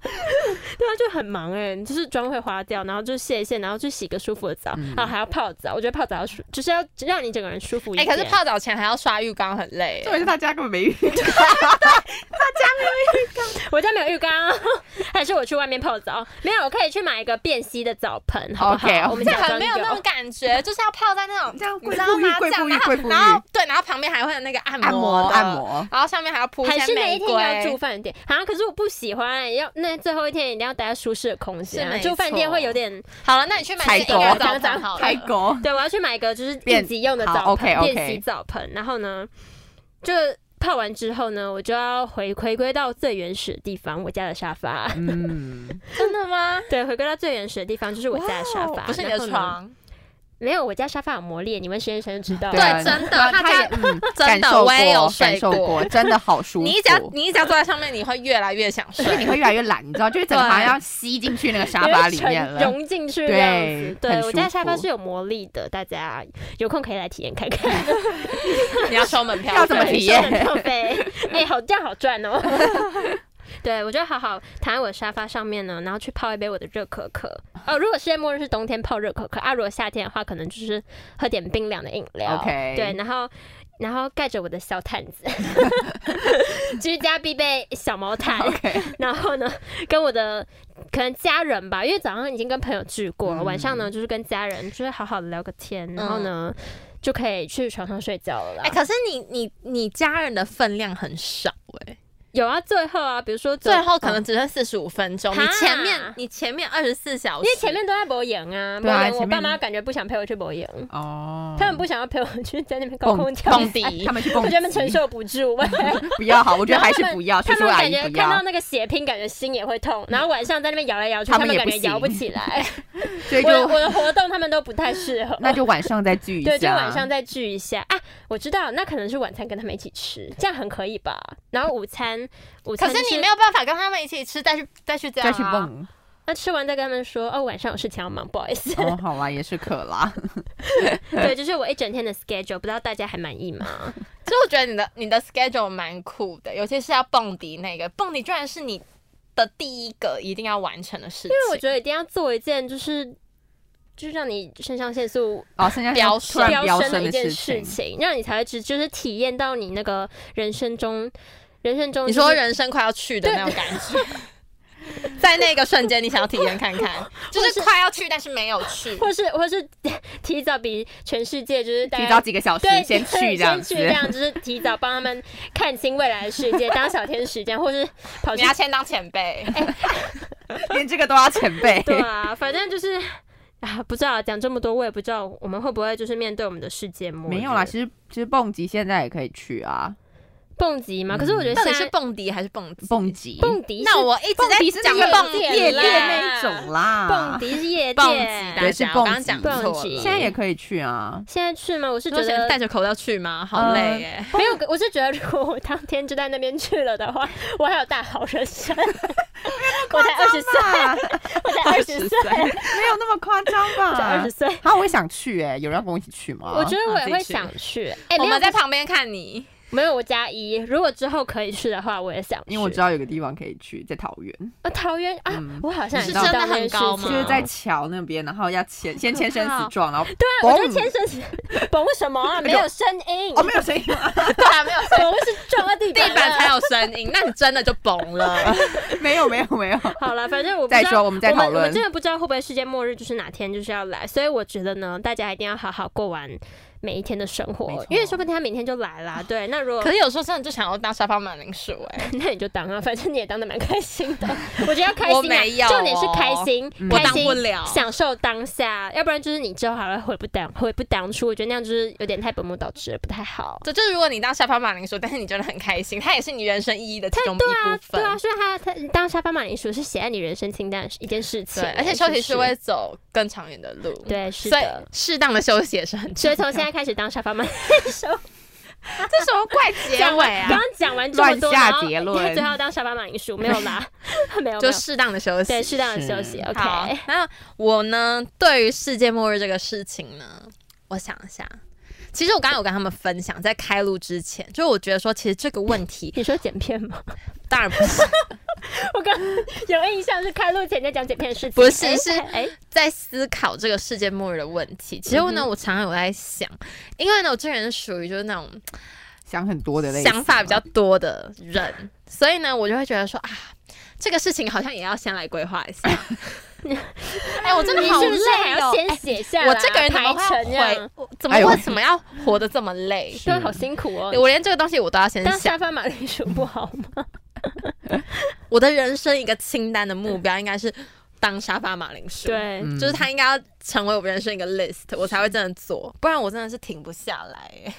对啊，就很忙哎、就是妆会花掉，然后就卸一卸，然后去洗个舒服的澡，然后还要泡澡。我觉得泡澡要舒，就是要让你整个人舒服一哎，点。可是泡澡前还要刷浴缸，很累重。点是他家根本没遇，我家没有浴缸，啊 (laughs) 还是我去外面泡澡？没有，我可以去买一个便携的澡盆，好不好 OK，我们这假很装没有那种感觉，就是要泡在那种这样 (laughs) 你知道吗？贵这妇样浴然后贵妇浴然后对，然后旁边还会有那个按按摩摩的按，摩，然后上面还要铺一还些是那玫一天要瑰住。饭店啊？可是我不喜欢，要那最后一天一定要待在舒适的空间啊、是没住饭店会有点，好了，那你去买采一个婴儿购澡盆好了。开狗。对我要去买一个就是应便急用的好澡盆， ，OK，OK 便携澡盆。然后呢，就泡完之后呢，我就要回回归到最原始的地方，我家的 (laughs) 沙发。嗯，真的吗？对，回归到最原始的地方就是我家的沙哇发，哦不是你然的后呢。 (laughs) 床。没有，我家沙发有磨练，你们实验生就知道了。对啊真的他他他家也嗯，真的感受我也有过，睡感受过过，真的好舒服。你一只要你一只要坐在上面，你会越来越想而且睡。你会越来越懒，你知道，就是整个对好像要吸进去那个沙有发点里沉面了。融进去这样子。对对，很我家舒沙发服是有魔力的，大家有空可以来体验看看。你要收门票，要怎么体验收门票费？ (laughs) 哎、好这样好赚哦。 (laughs) 对，我就好好躺在我的沙发上面呢，然后去泡一杯我的热可可。哦，如果世界末日是冬天泡热可可啊，如果夏天的话，可能就是喝点冰凉的饮 (laughs) 料。 OK 对，然后然后盖着我的小毯 (laughs) 子，居家必备小毛毯。 OK， (laughs) 然后呢，跟我的可能家人吧，因为早上已经跟朋友聚过了，嗯晚上呢就是跟家人，就是好好的聊个天，然后呢、就可以去床上睡觉了啊啦。哎、可是你你你家人的分量很少哎、有啊，最后啊，比如说最后哦可能只剩四十五分钟、哈你前面你前面二十四小因时，为前面都在博营啊，博对啊营、我前面爸妈感觉不想陪我去博营，哦，他们不想要陪我去在那边高空跳伞蹦，迪他，们去我蹦觉迪，得他们承受 (laughs) 不住。不要好，我觉得还是然后不要，叔他叔们阿感姨觉不看到要，那个血拼，感觉心也会痛，然后晚上在那边摇来摇去，他他们们也感不觉摇不行起 (laughs) 来。所以我的就我的活动他们都不太适合。 (laughs) 那就晚上再聚一下，对，就晚上再聚一下啊！我知道，那可能是晚餐跟他们一起吃，这样很可以吧？然后午餐，午可餐、是你没有，有办法跟他们一起吃，再去再去这样、啊、再去。 (laughs) 蹦。那吃完再跟他们说哦，晚上有事情要忙，不好 (laughs) 意思。哦，好啦，也是可啦，对，就是我一整天的 schedule，不知道大家还满意吗？所以我觉得你的你的 schedule 蛮酷的，尤其是要蹦迪那个，蹦迪居然是你的第一个一定要完成的事情。因为我觉得一定要做一件就是就是让你肾上腺素哦，剩下飙突然飙升的一的件情，情，让你才会知就是体验到你那个人生中人生中你就是说人生快要去的那种感觉， (laughs) 在那个瞬间，你想要体验看看， (laughs) 就是快要去，但是没有去。或是或是 (laughs) 提早比全世界就是大提家早几个小时对先去这样先子去。这样就是提早帮他们看清未来的世界，当小天使这样，或是跑 (laughs) 你去要先当前辈，连这个都要前辈。对啊，反正就是啊，不知道讲这么多，我也不知道我们会不会就是面对我们的世界末日没有啦，其实其实蹦极现在也可以去啊，蹦极嘛，可是我觉得到底现是在蹦迪还是蹦极？蹦极蹦迪是那我一蹦迪直是在那讲个蹦夜夜啦店那一种啦，蹦迪是夜蹦店极，对大是家，啊蹦我刚刚讲极错蹦极了。现在也可以去啊。现在去吗？我是觉就觉得得带着口罩去吗？好呃累耶！没有，我是觉得如果我当天就在那边去了的话，我还有大好人生。我才二十岁， (laughs) 啊，我才二十岁，没有那么夸张我才二吧十？岁。啊，我也想去哎，有人要跟我一起去吗？我觉得我也自己会去想去。哎，我没有们在旁边看你，没有我加一，如果之后可以去的话，我也想去。因为我知道有个地方可以去，在桃园，啊，桃园啊嗯，我好像也是知道真的这件很事高情就吗是在桥那边，然后要签先签生死状，然后对啊，我觉得嘣牵绳子 (laughs) 嘣什么啊？没有声音，哦没有声音 (laughs) 吗？对啊，没有声嘣是撞到地地板了板才有声音，那你真的就崩了。 (laughs) 没有没有没有，好了，反正我不再知道说我们再讨论我们真的不知道会不会世界末日，就是哪天就是要来，所以我觉得呢，大家一定要好好过完每一天的生没活错，因为说不定他明天就来 (laughs) 啦。对，那如 (laughs) 果 (laughs) 可是有时候真的就想要当沙发马铃薯哎、那你就当啊，反正你也当的蛮开心 (laughs) 的。我觉得要开心、啊，我没有重点是开心，嗯我开当心不了。享受当下，要不然就是你之后还会悔不当悔不当初。我觉得那样就是有点太本末倒置了，不 (laughs) 太好。对，就是如果你当沙发马铃薯，但是你觉得很开心，它也是你人生意义的其中一部对分。啊，所以他他当沙发马铃薯是写在你人生清单的一件事情，对而且是休不息是会走更长远的路。，对，是所以的。适当的休息也是很重所要。以 (laughs) 从现在开始当沙发马铃薯，这什么怪结讲尾完刚啊？刚讲完 (laughs) 这么多，乱下然后结论对最后当沙发马铃薯没有啦， (laughs) 没有，没就有适当的休息。对适当的是休息。好 OK，，那我呢，对于世界末日这个事情呢，我想一下。其实我刚刚有跟他们分享，在开录之前，就是我觉得说，其实这个问题你说剪片吗？当然不是我刚 (laughs) 有印象是开录前在讲剪片的事情，不是哎是哎，在思考这个世界末日的问题。其实呢，嗯我常常有在想，因为呢，我这个人属于就是那种想很多的类型想法比较多的人，所以呢，我就会觉得说啊，这个事情好像也要先来规划一 (laughs) 下。哎、我真的你好是不是还累要哦！先写下来？我这个人怎么排会成这样回？我怎哎么呦为什么要活得这么累？真的好辛苦哦。我连这个东西我都要先当想。沙发马铃薯不好 (laughs) 吗？我的人生一个清单的目标应该是当沙发马铃薯，，对，嗯就是它应该要成为我人生一个 list，我才会真的做，不然我真的是停不下来、哎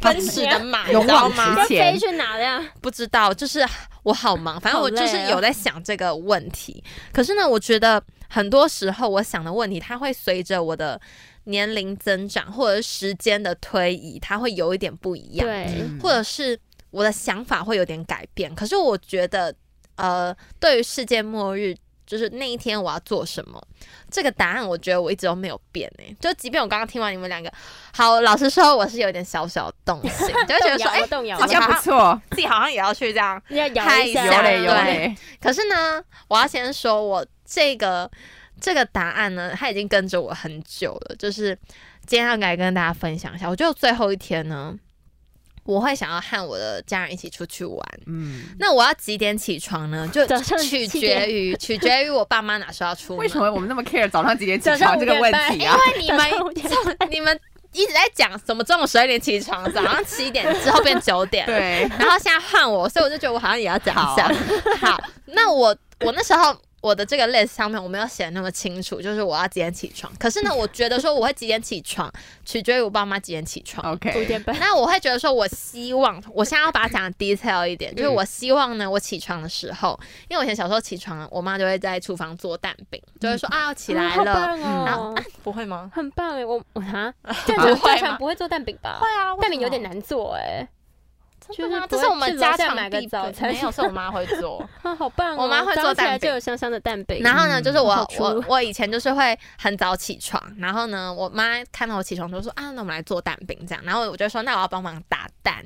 奔 (laughs) 驰的马，你勇知道往吗？直要前飞去哪呀？不知道，就是我好忙，反正啊我就是有在想这个问题。可是呢，我觉得很多时候我想的问题，它会随着我的年龄增长或者是时间的推移，它会有一点不一样，对，或者是我的想法会有点改变。可是我觉得，呃，对于世界末日。就是那一天我要做什么，这个答案我觉得我一直都没有变诶、就即便我刚刚听完你们两个，好，老实说我是有点小小动心，就会觉得动说，摇哎、了，动摇好好了，像像啊不不错，自己好像也要去这样要摇嗨一有下，有嘞嘞有有嘞嘞。可是呢，我要先说，我这个这个答案呢，它已经跟着我很久了。就是今天要来跟大家分享一下，我觉得最后一天呢，我会想要和我的家人一起出去玩。嗯，那我要几点起床呢？就早上取七点决于取决于我爸妈哪时候要出门。 (laughs) 为什么我们那么 care 早上几点起早上床五这个点问半题因啊？为你早上五们点就你们一直在讲什么中午十二点起床，早上七点之后变九点，对，然后现在换我，所以我就觉得我好像也要讲一下。 (laughs) 好，那我我那时候我的这个 list 上面我没有写得那么清楚，就是我要几点起床。可是呢，我觉得说我会几点起床，取决于我爸妈几点起床。五 OK，点半。 (laughs) 那我会觉得说，我希望我现在要把它讲的 detail 一点，就是我希望呢，我起床的时候，因为我以前小时候起床，我妈就会在厨房做蛋饼，就会说啊要起来好了，棒然哦后！不会吗？很棒哎，我我 (laughs) 啊，正不常会正常吗不会做蛋饼吧会？啊，为什蛋饼么有点，难做欸哎，真的吗就是这是不会我们去家楼下常买个必备早餐没有，是我妈会做。啊，好棒哦！我妈会早做上起来蛋饼就有香香的蛋饼。 (laughs) 然后呢，嗯就是我好出我我以前就是会很早起床，然后呢，我妈看到我起床就说啊，那我们来做蛋饼这样，然后我就说那我要帮忙打蛋，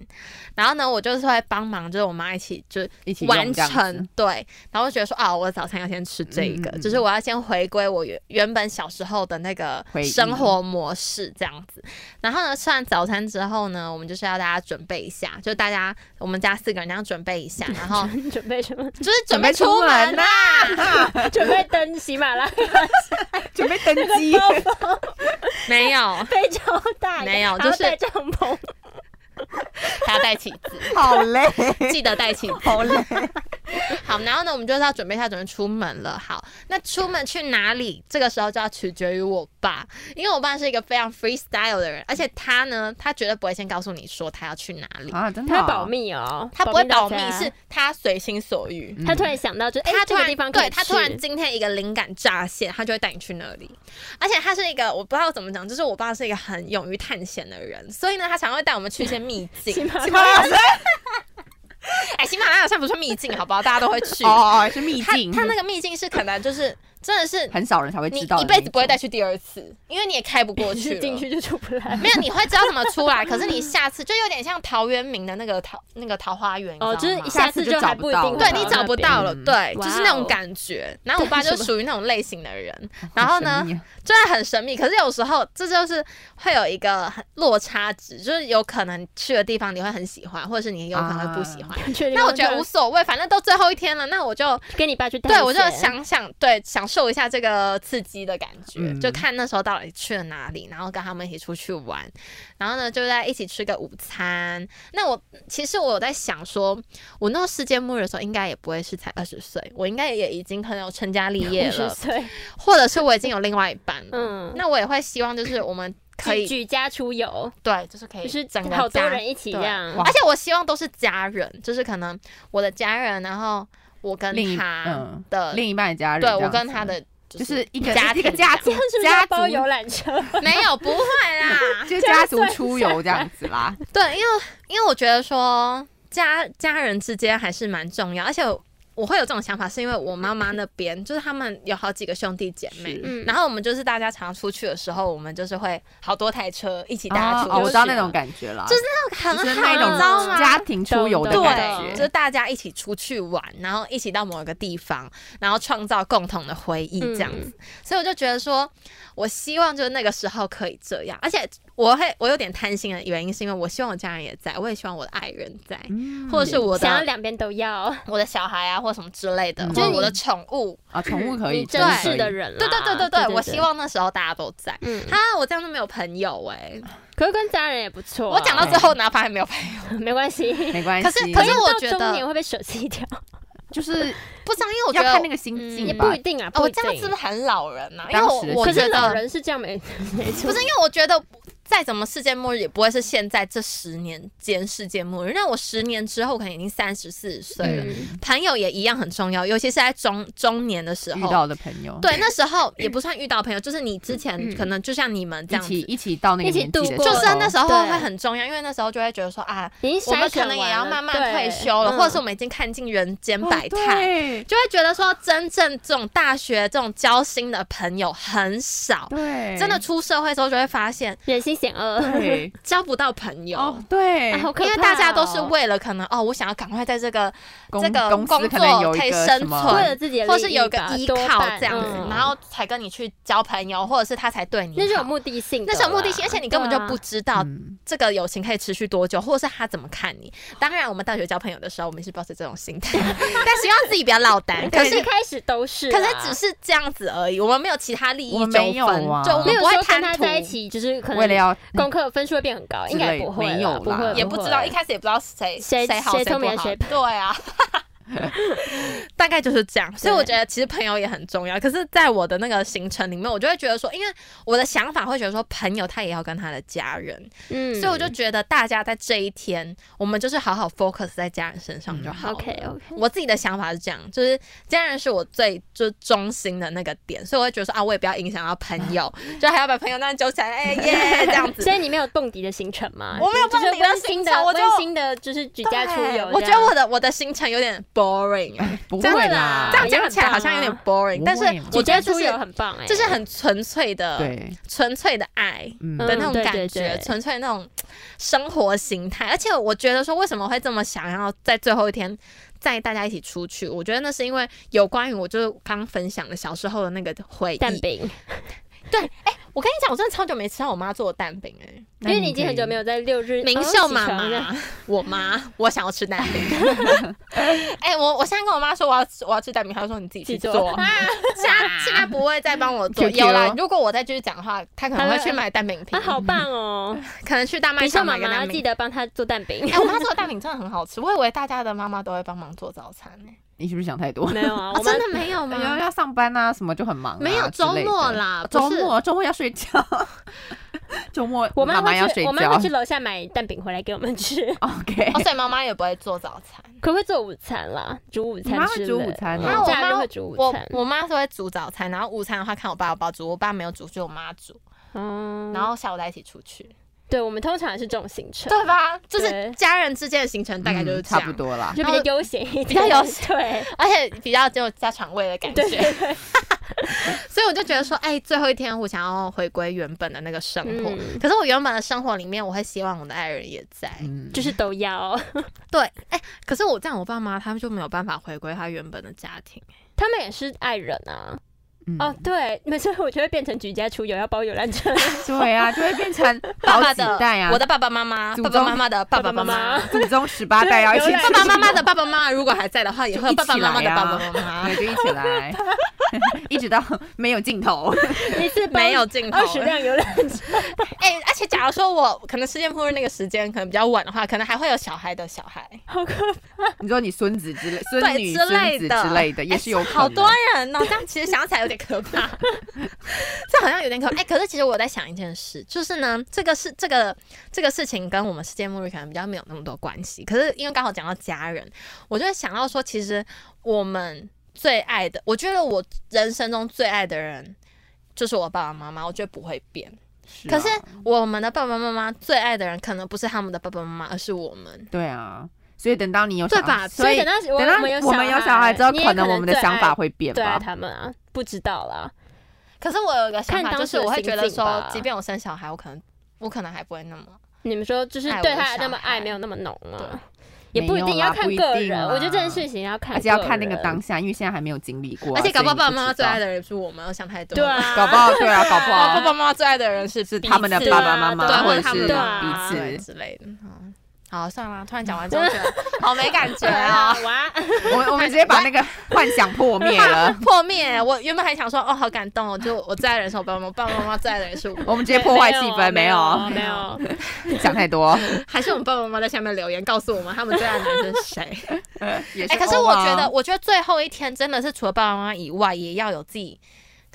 然后呢，我就是会帮忙，就是我妈一起就一起用完这样子成对，然后就觉得说啊，我的早餐要先吃这个，嗯嗯就是我要先回归我原原本小时候的那个回忆生活模式这样子。然后呢，吃完早餐之后呢，我们就是要大家准备一下，就大家我们家四个人这样准备一下，然 (laughs) 后 (laughs) 准备什么？就是准备出门啊啦、准备登喜马拉雅准备登机，没有，非洲 (laughs) 大没有然后就是带帐篷，大家带起子，好累，记得带起子。 (laughs) 好累。好，然后呢，我们就是要准备一下，准备出门了。好，那出门去哪里，这个时候就要取决于我爸，因为我爸是一个非常 freestyle 的人，而且他呢，他绝对不会先告诉你说他要去哪里，啊，真的、他保，密哦，他不会保密大，家是他随心所欲。他突然想到就，哎，他突这然、个地方可以对他突然去今天一个灵感乍现，他就会带你去那里。而且他是一个我不知道怎么讲，就是我爸是一个很勇于探险的人，所以呢，他常会带我们去一些秘喜 (laughs) 境。马喜拉马拉雅山哎，喜马拉雅山不是秘境，好不好？大家都会 (laughs) 去。哦，哦是秘他境，他那个秘境是可能就是真的是很少人才会你知道的一那种，辈子不会再去第二次，因为你也开不过去雅了进去就出不来。没有，你会知道怎么出来，可是你下次就有点像陶渊明的那个桃那个桃花源，哦，你知就是道吗一下次就还不一定会对到你那找不边到了，嗯对，哇就是那种哦感觉。然后我爸对就什么属于那种类型的人，然后呢好神秘啊，真的很神秘。可是有时候这就是会有一个很落差值，就是有可能去的地方你会很喜欢，或者是你有可能会不喜欢。确定那我吗觉得就无所谓，反正都最后一天了，那我就跟你爸去探对，我就险想想，对，享受一下这个刺激的感觉，嗯就看那时候到底去了哪里，然后跟他们一起出去玩，然后呢，就在一起吃个午餐。那我其实我有在想说，我那个世界末日的时候，应该也不会是才二十岁，我应该也已经很有成家立业50了，岁，或者是我已经有另外一半了。嗯，那我也会希望就是我们可举以举家出游，对，就是可以就是整个好多家人一起对这样哇，而且我希望都是家人，就是可能我的家人，然后我跟另一他嗯的另一半的家人这呃对样子，我跟他的就是一个家庭一个家 (laughs) 这族样是不是家要族包游览车？没有不会啦，就家族出游这样子啦， (laughs) 对，因为因为我觉得说家家人之间还是蛮重要，而且我我会有这种想法，是因为我妈妈那边就是他们有好几个兄弟姐妹。是嗯，然后我们就是大家常出去的时候，我们就是会好多台车 (laughs) 一起搭啊出去，哦，我知道那种感觉啦，就是很好，就是你那知道种吗？家庭出游的懂感对，懂就觉是。大家一起出去玩，然后一起到某一个地方，然后创造共同的回忆这样子。所以我就觉得说，我希望就是那个时候可以这样，而且我会我有点贪心的原因是因为我希望我家人也在，我也希望我的爱人在，嗯或者是我想要的两边都要，我的小孩啊，或什么之类的，嗯或者就是我的宠物。啊，宠物可以，你珍宠物可视以嗯的，人啦，对对对对对，我希。望那时候大家都在。嗯，哈，我这样都没有朋友哎、可是跟家人也不错啊。我讲到最后，哪怕还没有朋友，没关系，没关 (laughs) 系。可是可是我觉到中得嗯年会被舍弃掉，就是不是啊，因为我觉要得看那个心嗯境也吧不一。定啊。哦，不我一这样定是不是很老人呐、啊？因为当我时的我可觉是老得人是这样没没错不是，因为我觉得再怎么世界末日也不会是现在这十年间世界末日。那我十年之后可能已经三十四十岁了，嗯朋友也一样很重要，尤其是在中中年的时遇候。到的朋友，对，那时候也不算遇到朋友，就是你之前嗯可能就像你们这一样子起，一起到那个一起年纪的度时候，过就是那时候对会很重要，因为那时候就会觉得说啊，已经我们筛可选能也完要了慢慢对退休了，嗯或者是我们已经看尽人间哦百态。对就会觉得说，真正这种大学这种交心的朋友很少，对，哦真的出社会之后就会发现人心险恶，对 (laughs) 交不到朋友。哦，对啊， (laughs) 好可因为怕大家都是哦为了可能哦，我想要赶快在这个公这个公工司可能作有一可以个生什么存为了自己的利益吧，或是有个依多靠半这样子嗯，然后才跟你去交朋友，或者是他才对你好。那是有目的性的那啦，是有目的性，而且你根本就不对啊知道嗯这个友情可以持续多久，或者是他怎么看你。当然，我们大学交朋友的时候，我们是抱着这种心 (laughs) 态，但希望自己不要落单。可可是是一，开始都是啦，啊可是只是这样子而已，我们没有其他利益我纠们没纷，有啊就我没们有不会说贪跟他图在一起，就是可能为了要功课分数会变很高，之应该类也不会啦，没有啦不会，也不知道，会一开始也不知道谁谁好谁谁聪不明好，谁不对 (laughs) 啊，大概就是这样。所以我觉得其实朋友也很重要，可是在我的那个行程里面，我就会觉得说，因为我的想法会觉得说，朋友他也要跟他的家人，嗯，所以我就觉得大家在这一天，我们就是好好 focus 在家人身上就好了。嗯 OK OK，我自己的想法是这样，就是家人是我最就是中心的那个点，所以我会觉得说啊，我也不要影响到朋 (laughs) 友，就还要把朋友那样揪起来，哎、耶这样子。所以你没有蹦迪的行程吗？我没有就是蹦迪的温馨行程的我就温馨的，就是举家出对游这样。我觉得我的我的行程有点 b boring (laughs) 哎、不真会的啦这，啊样讲起来好像有点 boring，、不会但是嘛我我觉觉得得就出游是很棒哎、就是很纯粹的、对，纯粹的爱嗯，的那种嗯对感对觉，对纯粹那种生活形态。而且我觉得说，为什么会这么想要在最后一天带大家一起出去？我觉得那是因为有关于我就是刚分享的小时候的那个回蛋忆。饼，我跟你讲，我真的超久没吃到我妈做的蛋饼哎、因为你已经很久没有在六日明秀妈哦起床了妈， (laughs) 我妈，我想要吃蛋 (laughs) 饼。哎、我我现在跟我妈说我要吃我要吃蛋饼，她就说你自己去自己做。做啊现在现在不会再帮我做。 Q Q 有啦，如果我再继续讲的话，她可能会去买蛋饼皮啊，，好棒哦！可能去大卖明秀场妈买个妈蛋记饼。得帮她做蛋 (laughs) 饼哎、。我妈做的蛋饼真的很好吃，我以为大家的妈妈都会帮忙做早餐呢、你是不是想 (laughs) 太多？哎没有啊，啊我真们的没有吗？要要上班啊，什么就很忙啊、没有之周类的末，啦，不周是末周末要睡觉， (laughs) 周末 (laughs) 我妈妈妈要会睡去，我觉妈会去楼下买蛋饼回来给我们吃， (laughs) ，OK，哦，所以妈妈也不会做早餐。 (laughs) 可不可以做午餐啦？煮午你餐妈之会类的，嗯煮午餐哦那我假日妈会煮午我餐，我妈是会煮早餐，然后午餐的话看我爸要不要煮，我爸没有煮，就我妈煮。嗯，然后下午再一起出去，对我们通常也是这种行程， (laughs) 对吧？就是对家人之间的行程大概就是嗯这样，差不。多啦。就比较悠闲一点，比较悠闲， (laughs) 对，而且比较就家常味的感觉， (laughs) 所以我就觉得说，哎、最后一天我想要回归原本的那个生活。 (laughs) 嗯可是我原本的生活里面，我会希望我的爱人也在。嗯，就是都要。对，哎、可是我这样，我爸妈他们就没有办法回归他原本的家庭。他们也是爱人啊，嗯哦，对，没错，我就会变成举家出游，要包游览车， (laughs) 对啊，就会变成好爸爸几的，代啊，我的爸爸妈妈，祖爸宗爸妈妈的爸爸妈爸爸妈妈，祖宗十八代要一起对爸出爸妈妈的 (laughs) 爸爸妈妈，如果还在的话，也会有就爸一起爸妈妈的来啊爸爸妈妈。 (laughs) (laughs) 对，就一起来，一直到没有尽头。 (laughs) 一次包没有尽头二十辆游览车，哎、而且假如说我可能世界末日那个时间可能比较晚的话，可能还会有小孩的小孩，你说你孙子之类、(laughs) 孙对女、之孙类子的之类的，也是有哎可能好多人哦。这样其实想起来有点可 (laughs) 怕，这好像有点可怕。哎、可是其实我在想一件事，就是呢，这个是这个这个事情跟我们世界末日可能比较没有那么多关系。可是因为刚好讲到家人，我就会想到说，其实我们最爱的，我觉得我人生中最爱的人就是我爸爸妈妈，我觉得不会变。啊可是我们的爸爸妈妈最爱的人，可能不是他们的爸爸妈妈，而是我们。对啊，所以等到你有对小吧所以等等到我到们有我们有小孩之后，你也可能我们的最想爱法会变对啊，吧。他们啊，不知道啦，可是我有一个想法，看就当是时的我会觉得心说境吧，即便我生小孩，我可能我可能还不会那么。你们说就是爱我对的他那么小爱孩没有那么浓啊，对也不一没定有啦要看不一个定人，啦我觉得这件事情要看，而且要看那个当。下，因为现在还没有经历过啊、而且搞不好所以爸爸你妈妈知最爱道，的人是我们，我想太多。对啊，，搞不好对啊，搞不哦 (laughs) 爸好爸妈妈最爱的人是是他们的彼此爸爸妈妈，对啊或者或者他是们对啊对彼此。之类的。嗯好，算了，突然讲完之后觉 (laughs) 得好没感觉哎啊。，哇， (laughs) 我我们直接把那个幻想破灭了 (laughs) 破灭！我原本还想说，哦，好感动哦，就我最爱的人是我爸爸妈妈，爸爸妈妈最爱的人是我，我们直接破坏气氛，没有没有， (laughs) 想太多，还是我们爸爸妈妈在下面留言告诉我们他们最爱的人是谁？也哎、可是欧我啊觉得，我觉得最后一天真的是除了爸爸妈妈以外，也要有自己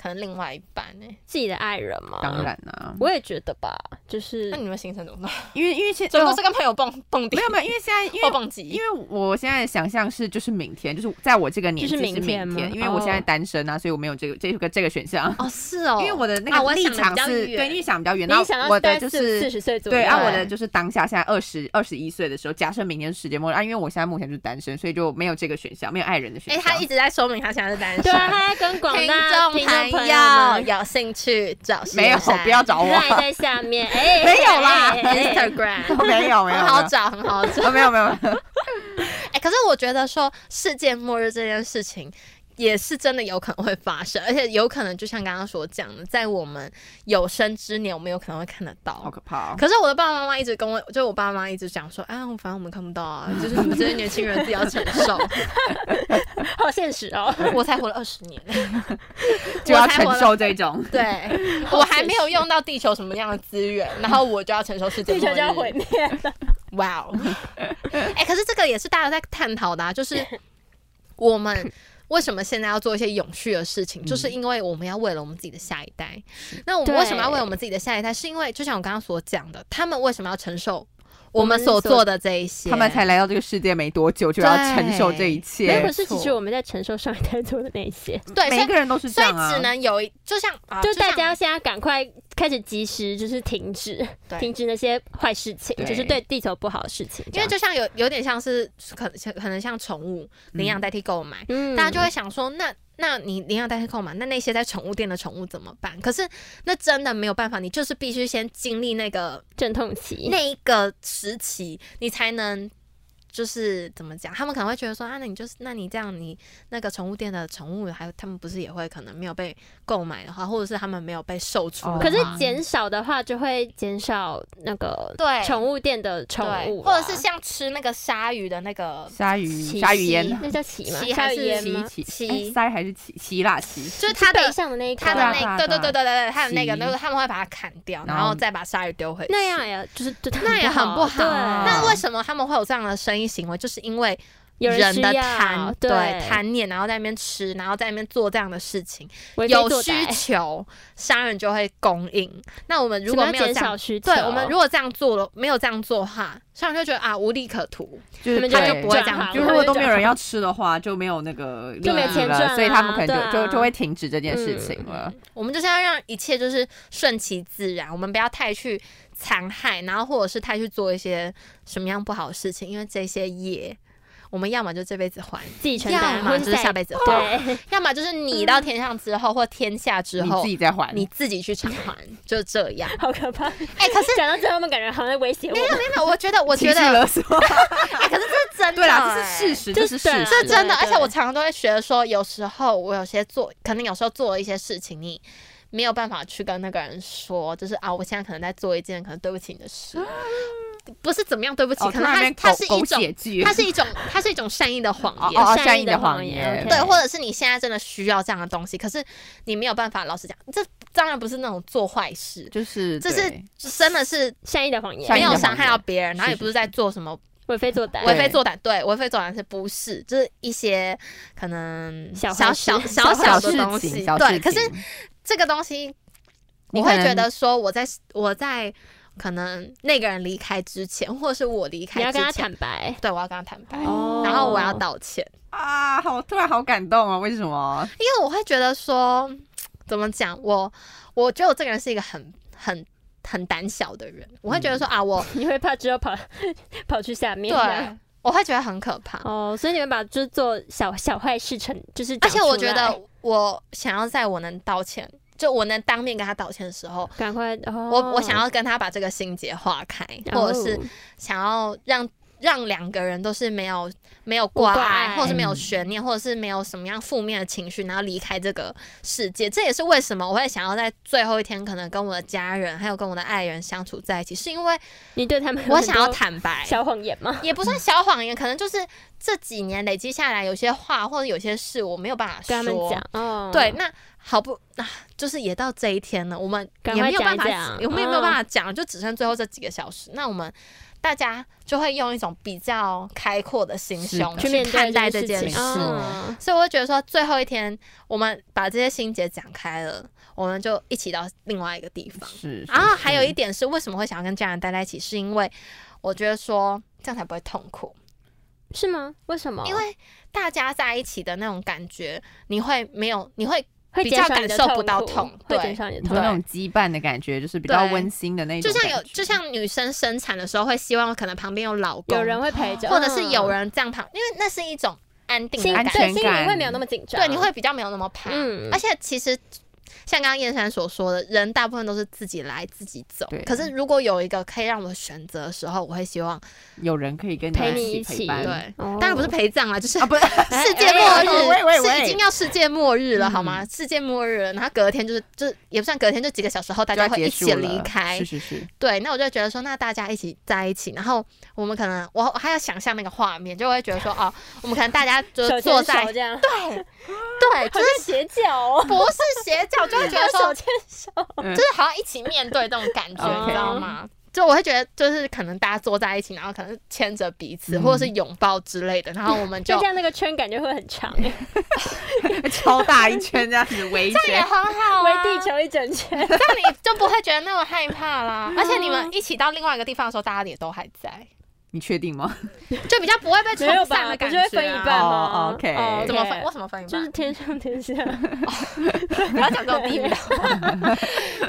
可能另外一半哎、自己的爱人嘛，啊当然啦、我也觉得吧，就是那你们行程怎么办？因为因为现哦最后是跟朋友蹦蹦迪没有没有，因为现在因或为蹦极因。为我现在的想象是，就是明天，就是在我这个年纪就是明明天吗因为我现在单身啊，所以我没有这个这个这个选项。哦，是哦，因为我的啊那我个立想得场比较是，对，远因为想比较远，然你后想我的要在就四是。四十岁左右，对啊，对我的就是当下现在二十二十一岁的时候，假设明天是世界末日啊，因为我现在目前就是单身，所以就没有这个选项，没有爱人的选哎、项。他一直在说明他现在是单身。对啊，他在 (laughs) 跟广听大众听朋众朋友们友有兴趣找谢 (laughs) 没有，珊不要找我，赖 (laughs) 在下面，哎，没有啦哎哎哎 (laughs) ，Instagram 没有没有，很好找，很好找。 (laughs) 找，没有没有，没有哎、可是我觉得说世界末日这件事情。也是真的有可能会发生，而且有可能就像刚刚所讲的，在我们有生之年，我们有可能会看得到。好可怕哦。可是我的爸爸妈妈一直跟我，就是我爸妈一直讲说，啊，反正我们看不到啊，就是你们这些年轻人自己要承 (laughs) 受。 (laughs) 好现实哦。我才活了二十年，就要我才承活了。受这 (laughs) 种，对， (laughs) 我还没有用到地球什么样的资源，然后我就要承受世界地末球日就要毁灭了，哇 (laughs) 哦！哎，可是这个也是大家在探讨的、啊，就是我们为什么现在要做一些永续的事情，嗯就是因为我们要为了我们自己的下一代。那我们对为什么要为我们自己的下一代？是因为就像我刚刚所讲的，他们为什么要承受我我们们所所做的这一些？他们才来到这个世界没多久，就要对承受这一没有切可。是其实我们在承受上一代做的那些，对，所每一以个人都是这所以样啊只，能有一，就像啊，就像大家现在赶快开始及时就是停止，对停止那些坏事情，对就是对地球不好的事情因这为样。就像有有点像是可可能像宠物领养代替购买，嗯大家就会想说，那那你领养代替购买，那那些在宠物店的宠物怎么办？可是那真的没有办法，你就是必须先经历那个阵痛期，那一个时期，你才能。就是怎么讲，他们可能会觉得说啊，那你就是，那你这样，你那个宠物店的宠物，还有他们不是也会可能没有被购买的话，或者是他们没有被售出的话、哦可是减少的话就会减少那个对宠物店的宠对物啦，啊或者是像吃那个鲨鱼的那个鲨鱼鳍鲨鱼鳍烟，那叫鳍吗？鳍鲨还鱼是烟鳍吗？鳍鳍哎鳃还是鳍鳍啦鳍，就是它它背的上的那一颗它的啊对啊那对对啊对对对对，它的那个，鳍那个他们会把它砍掉，然然后后再把鲨鱼丢回去。那样呀，就是就那也很不好。对，那为什么他们会有这样的生意行为？就是因为有人需的要贪，对贪念，然后在那边吃，然后在那边做这样的事情。为非有作需歹求，商人就会供应。那我们如什果么没叫有这减少样，需求，对我们如果这样做了，没有这样做的话，商人就觉得啊无利可图。就是们就对会不会这样就如果都没有人要吃的话，就没有那个利就没有益钱了，赚所以他们可能就、啊对啊就就会停止这嗯件事情了。我们就是要让一切就是顺其自然，我们不要太去残害，然后或者是太去做一些什么样不好的事情，因为这些业，我们要么就这辈子还，继承要大么就是下辈子还，对，要么就是你到天上之后或天下之嗯你后自。己再还，你自己去偿还，就这样。 (laughs) 好可怕。哎、 (laughs) 可是讲到这，他们感觉好像在威胁我没。有没有，我觉得，我情觉 (laughs) 绪得，勒索。哎、可是这是真的、对啦，这哎是事实，就这是是对事啊实，这真的，对而且我常常都会觉得说，有时候我有些做，可能有时候做了一些事情，你没有办法去跟那个人说，就是啊，我现在可能在做一件可能对不起你的事，不是怎么样对不起，啊哦，可突能然它间它狗是一狗种血，剧，它是一种，它是一种善意的谎哦言。哦有善意的的谎言言 OK 对，或者是你现在真的需要这样的东西，可是你没有办法。老实讲，这当然不是那种做坏事，就是这是对真的是善意的谎言，善没意的有谎伤害言到别人，然后也是不是在做什么为非作歹。为非作歹，对，为非作歹是不是？就是一些可能小小坏小事小小的事东情西，小对。事可是情这个东西，你我可会觉能得说，我在我在可能那个人离开之前，或者是我离你开要跟他之前，坦白，对我要跟他坦白，哦然后我要道歉，啊，好突然好感动啊！为什么？因为我会觉得说，怎么讲，我我觉得我这个人是一个很很。很胆小的人，我会觉嗯得说、啊，我你会怕之后跑 (laughs) 跑去下面。对，我会觉得很可怕。哦，所以你们把就是做小小坏事成，就是而讲且我出觉来得，我想要在我能道歉，就我能当面跟他道歉的时候，赶快，哦、我我想要跟他把这个心结化开，或者是哦想要让让两个人都是没有没有挂无挂碍，碍或者是没有悬念，或者是没有什么样负面的情绪，然后离开这个世界。这也是为什么我会想要在最后一天，可能跟我的家人还有跟我的爱人相处在一起，是因为你对他们有我很想要多坦白，小谎言吗？也不算小谎言，可能就是这几年累积下来，有些话或者有些事我没有办法跟他们说。讲，哦，对，那好不啊，就是也到这一天了，我们赶也快没有办讲一法讲，我们也没有嗯办法讲，就只剩最后这几个小时。那我们大家就会用一种比较开阔的心是胸的去面看对待这这件件事事。情，事嗯所以我会觉得说，最后一天我们把这些心结讲开了，我们就一起到另外一个地 (laughs) 方。是，然后啊还有是一点是，为什么会想要跟家人待在一起，是因为我觉得说这样才不会痛苦。是吗？为什么？哦因为大家在一起的那种感觉，你会没有，你会会比减较少你感的受不到苦痛会对减少你的你痛说那苦。种羁绊的感觉，就是比较对温馨的那种就感觉，像有，就像女生生产的时候会希望可能旁边有老公，有人会陪着， (laughs) 或者是有嗯人人这样旁，因为那是一种安定心的安感全觉，对心里感会没有那么紧张，对，你会比较没有那么怕。嗯而且其实像刚刚燕山所说的，人大部分都是自己来自己走对。可是如果有一个可以让我选择的时候，我会希望，有人可以跟陪你你一起起陪伴，对，哦当然不是陪葬啊，就是 (laughs) 嗯啊，不是世界末哎喂日喂是喂嗯已经要世界末日了，好吗？世界末日了，然后隔天就是就是也不算隔天，就几个小时后大就家要会结一束起了离开是。是是，对，那我就觉得说，那大家一起在一起，然后我们可能我我还要想象那个画面，就会觉得说，哦，我们可能大家就手是牵坐手在这样，对对， (laughs) 好就像是斜角哦，不是斜角， (laughs) 就会觉得手说，牵手，就是好像一起面对这种感觉，嗯你知道吗？就我会觉得，就是可能大家坐在一起，然后可能牵着彼此，嗯或者是拥抱之类的，然后我们就 (laughs) 就这样那个圈感觉会很长，欸围 (laughs) 超大一圈这样子 (laughs) 围一这样也圈，很好啊，地球一整 (laughs) 圈，这样你就不会觉得那么害怕啦。而且你们一起到另外一个地方的时候，大家也都还在，你确定吗？就比较不会被没有冲散吧？的不感就觉、啊会。分一半吗、哦，OK 哦怎么分？为我什么分一半？就是天上 (laughs) 天下，不要讲这种地域的 (laughs) 话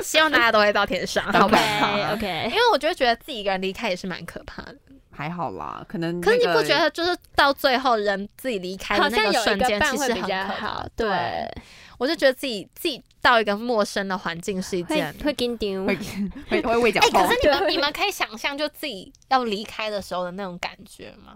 希望大家都会到天上，好吧？ OK (laughs) OK，因为我就觉得自己一个人离开也是蛮可怕的。还好啦，可能、那可是你个不觉？得，就是到最后人自己离开的好那像有瞬一个间，伴其会实比很较可怕。好，对，我就觉得自己自己到一个陌生的环境是一会件。会紧张，会会会胃绞哎、痛可。是你们你们可以想象，就自己要离开的时候的那种感觉吗？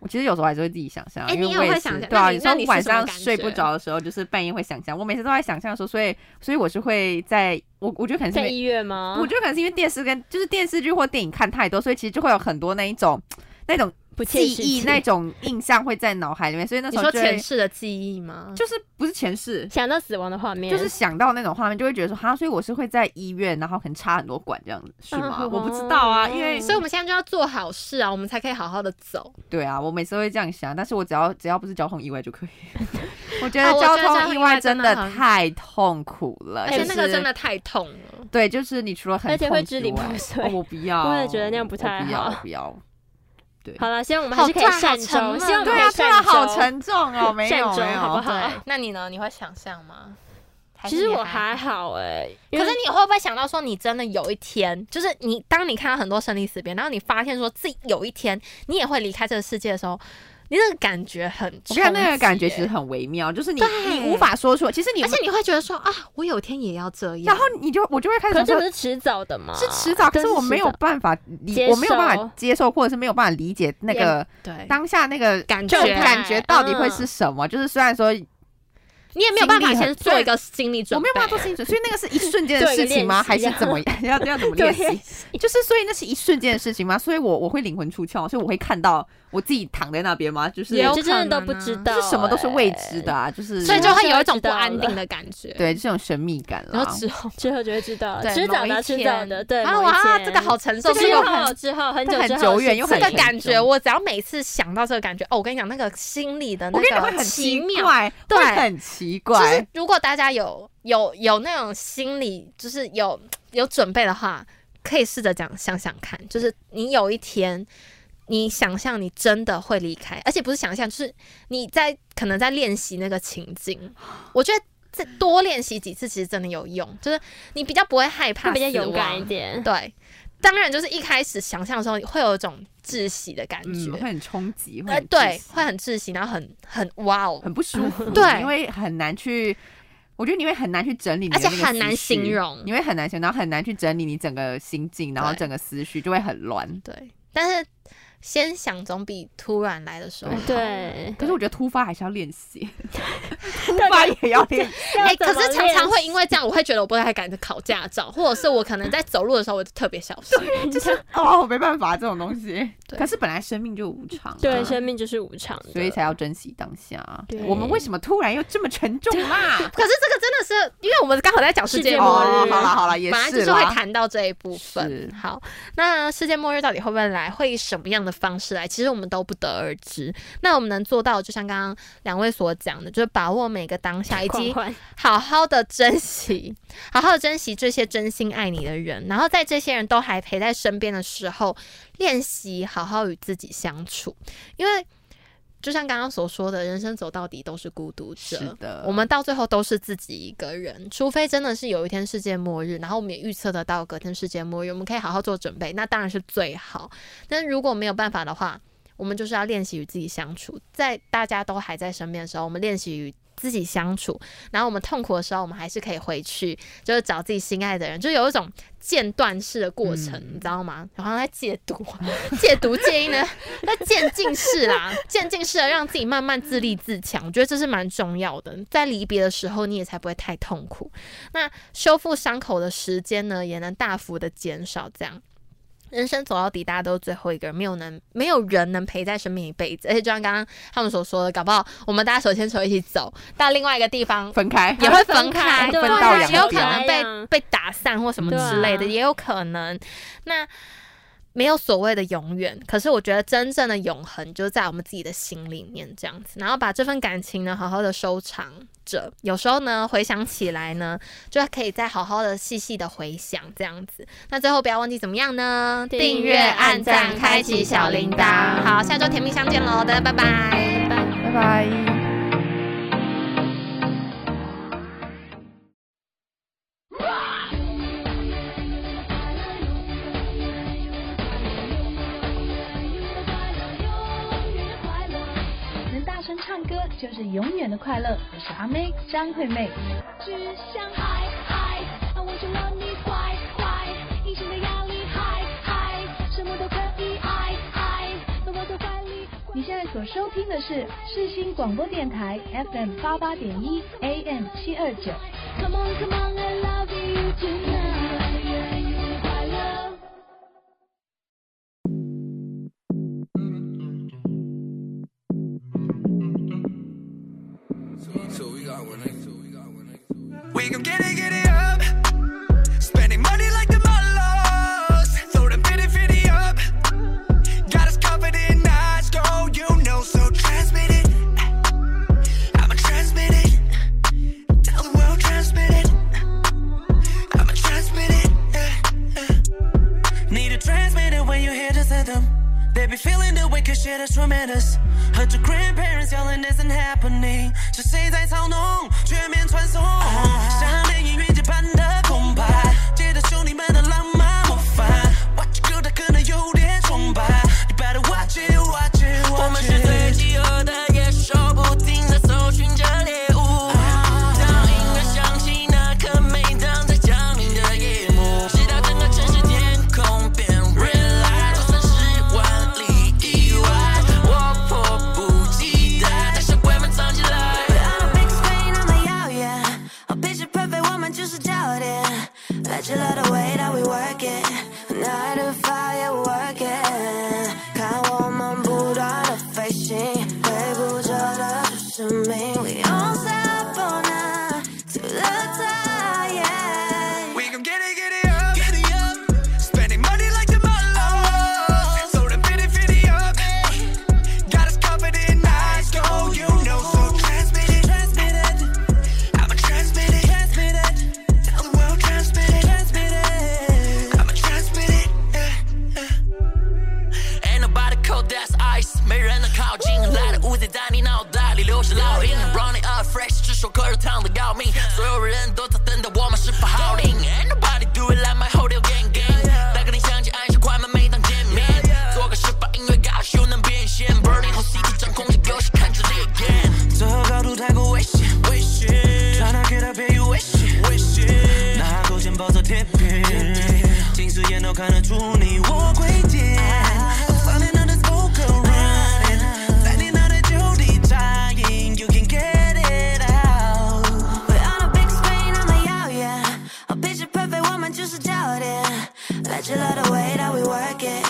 我其实有时候还是会自己想象，哎因为你也我也会是想象对啊，那你说那你是晚什么上感睡不觉着的时候，就是半夜会想象。我每次都在想象说，所以所以我是会在我我觉得可能是因在为医院吗？我觉得可能是因为电视跟就是电视剧或电影看太多，所以其实就会有很多那一种那种不切记实忆、际那种印象会在脑海里面，所以那你时候说就会前世的记忆吗？就是不是前世。想到死亡的画面，就是想到那种画面，就会觉得说哈，所以我是会在医院，然后可能插很多管这样子，是吗？嗯我不知道啊，嗯因为所以我们现在就要做好事啊，我们才可以好好的走。对啊，我每次都会这样想，但是我只要只要不是交通意外就可以。我觉啊得我觉交得交通通意意外外真真的的很太痛苦了，而且那个就是真的太痛了。对，就是你除了很而且会痛支之离外破碎哦我不要，我也觉得那样不太我不要，好我不 (laughs) 要。好了，希望我们还是可以好突然好沉善终，闷希望我们对可啊，突然好。沉重哦，没以善终善有终没好不有好，对，那你呢？你会想象吗？还是其实你我还还好哎，因可为是你会不会想到说，你真的有一天，就是你当你看到很多生离死别，然后你发现说自己有一天你也会离开这个世界的时候，你那个感觉很冲击我耶，看那个感觉其实很微妙，就是你对你无法说出，其实你而且你会觉得说啊，我有一天也要这样，然后你就我就会开始可是想这说不，是迟早的吗？是迟早，可啊真是我迟没有早办法理，接我没有办受法接受，或者是没有办法理解那个对，当下那个感就觉嗯感觉到底会是什么。就是虽然说你也没有办法经历很先做一个心理我准备，没有办法做清楚，所以那个是一瞬间的做一个事情吗？练习还啊是怎么 (laughs) 要要怎么练对习？就是所以那是一瞬间的事情吗？所以我我会灵魂出窍，所以我会看到我自己躺在那边吗？就是也有这真的都可能啊不知道，就是什么都是未知的啊，就是所以就会有一种知不道安了定的感觉。，对，就这种神秘感然啦后。之后哎，之后就会知道，对迟早某的，一迟天早的，对，啊某一哇，天这个好沉重，之这个很后之后很这久很之后久的远事又这很个情感觉，严重我只要每次想到这个感觉，哦，我跟你讲，那个心里的那我跟你讲会个很奇奇妙，怪，对会很奇就是怪。嗯如果大家有有有那种心理，就是有有准备的话，可以试着讲想想看，就是你有一天。你想象你真的会离开，而且不是想象，就是你在可能在练习那个情 (gasps) 境。我觉得这多练习几次其实真的有用，就是你比较不会害怕，会比较勇敢一。点。对，当然就是一开始想象的时候会有一种窒息的感觉嗯，，会很冲击，会呃，很对窒息，会很窒息，然后很很哇哦，很不舒服， (laughs) 对因为很难去，我觉得你会很难去整理你的而那且个思绪，很难形容你。会很难形容，然后很难去整理你整个心境，然后对整个思绪就会很乱。对，但是先想总比突然来的时候好。对，可是我觉得突发还是要练 (laughs) 习，突发也要练习。哎、哎可是常常会因为这样，我会觉得我不太敢考驾照，或者是我可能在走路的时候我就特别小心。就是哦，没办法，这种东西。对可是本来生命就无常、啊，对生命就是无常的，所以才要珍惜当下啊对。我们为什么突然又这么沉重啦？可是这个真的是，因为我们刚好在讲世世界界末日，末啊哦日，好了好了，也本来就是是会啦。谈到这一部分是。好，那世界末日到底会不会来？会以什么样的方式来？其实我们都不得而知。那我们能做到，就像刚刚两位所讲的，就是把握每个当下，以及 (laughs) 狂欢好好的珍惜， (laughs) 好好的珍惜这些真心爱你的人，然后在这些人都还陪在身边的时候，练习好好与自己相处，因为就像刚刚所说的，人生走到底都是孤独是者。的，我们到最后都是自己一个人，除非真的是有一天世界末日，然后我们也预测得到隔天世界末日，我们可以好好做准备，那当然是最好。但如果没有办法的话，我们就是要练习与自己相处，在大家都还在身边的时候，我们练习与自己相处，然后我们痛苦的时候，我们还是可以回去，就是找自己心爱的人，就有一种间断式的过程，嗯你知道吗？好像在戒毒，啊 (laughs) 戒毒戒烟呢，在渐进式啦，渐进式的让自己慢慢自立自强，我觉得这是蛮重要的。在离别的时候，你也才不会太痛苦。那修复伤口的时间呢，也能大幅的减少，这样。人生走到底，大家都是最后一个人，没有能没有人能陪在身边一辈子。而且就像刚刚他们所说的，搞不好我们大家手牵手一起走到另外一个地方，分开也会分开，对对分道啊，扬也有可镳能对啊被被打散或什么之类的，对啊也有可能。那没有所谓的永远，可是我觉得真正的永恒就是在我们自己的心里面这样子，然后把这份感情呢好好的收藏着，有时候呢回想起来呢，就可以再好好的细细的回想这样子。那最后不要忘记怎么样呢？订阅按赞开启小铃铛好，下周甜蜜相见喽，大家拜拜。拜拜。拜拜。能大声唱歌就是永远的快乐。我是阿妹张惠妹。只想嗨嗨，啊我就让你快快，隐形的压力嗨嗨，什么都可以爱爱，把我都怀里。你现在所收听的是世新广播电台 FM 八八点一 AM 七二九。 Come on come on I love you tonight，愿你快乐。 We gon' get it, get it up. Spending money like the models. Throw them fitty, fitty up. Got us covered in eyes, go, you know, so transmit it. I'ma transmit it. Tell the world, transmit it. I'ma transmit it. yeah, yeah. Need a transmitter when you hear this anthem. They be feeling the way, cause shit is tremendous. Heard your grandparents yelling, isn't happening. 这谁在操弄？全面传送。You better watch it, watch it, watch it。 We all set up all night to the top, yeah. We gon' get it, get it up. Get it up. Spending money like the models. So the fitty, fitty up. Got us covered in eyes, go, you know. So transmit it, transmit it. I'ma transmit it, transmit it. Tell the world, transmit it, transmit it. I'ma transmit it. yeah, yeah. ain't nobody cold, that's ice。没人能靠近，来的污点在你脑袋里留下烙印。Running up fresh，这首歌是烫的要命，所有人都在等待我们是否好听。Ain't nobody do it like my whole damn gang gang。再跟你相见，爱上快门，每当见面，做个失败音乐高手能变现。Burning 后 city 掌控着游戏，看着烈焰。这高度太过危险，危险。传达给他别有危险，危险。拿勾肩抱着天边，近视眼都看得出你我贵贱。Falling on this open running, landing on the duty dying. You can get it out. We're on a big screen, I'm a yo, yeah. A picture perfect woman, just a doubt it. Let you love the way that we work it.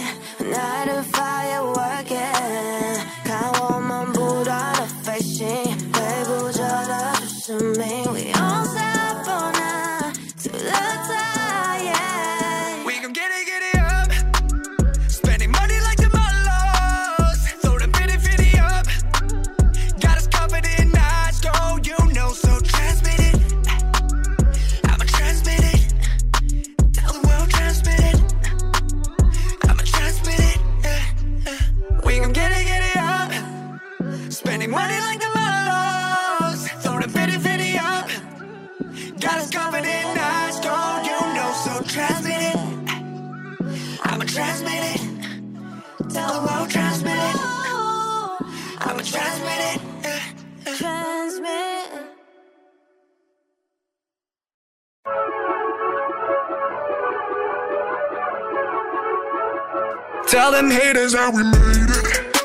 Night to firework it. 看我们不断的飞行，追不着的是生命。We all set up all night to the top, yeah. We gon' get it, get it up. Spending money like the models. Throw them fitty, fitty up. Got us covered in eyes, go, you know, so transmit it. I'ma transmit it. Tell the world, transmit it. I'ma transmit it. yeah, yeah. We gon' get it, get it up. Spending money like the models. Throw them fitty, fitty up. Got us covered in eyes, go, you know, so transmit it. I'ma transmit it. Tell the world, transmit it. I'ma transmit it. yeah, yeah. Transmit. Tell them haters how we made it.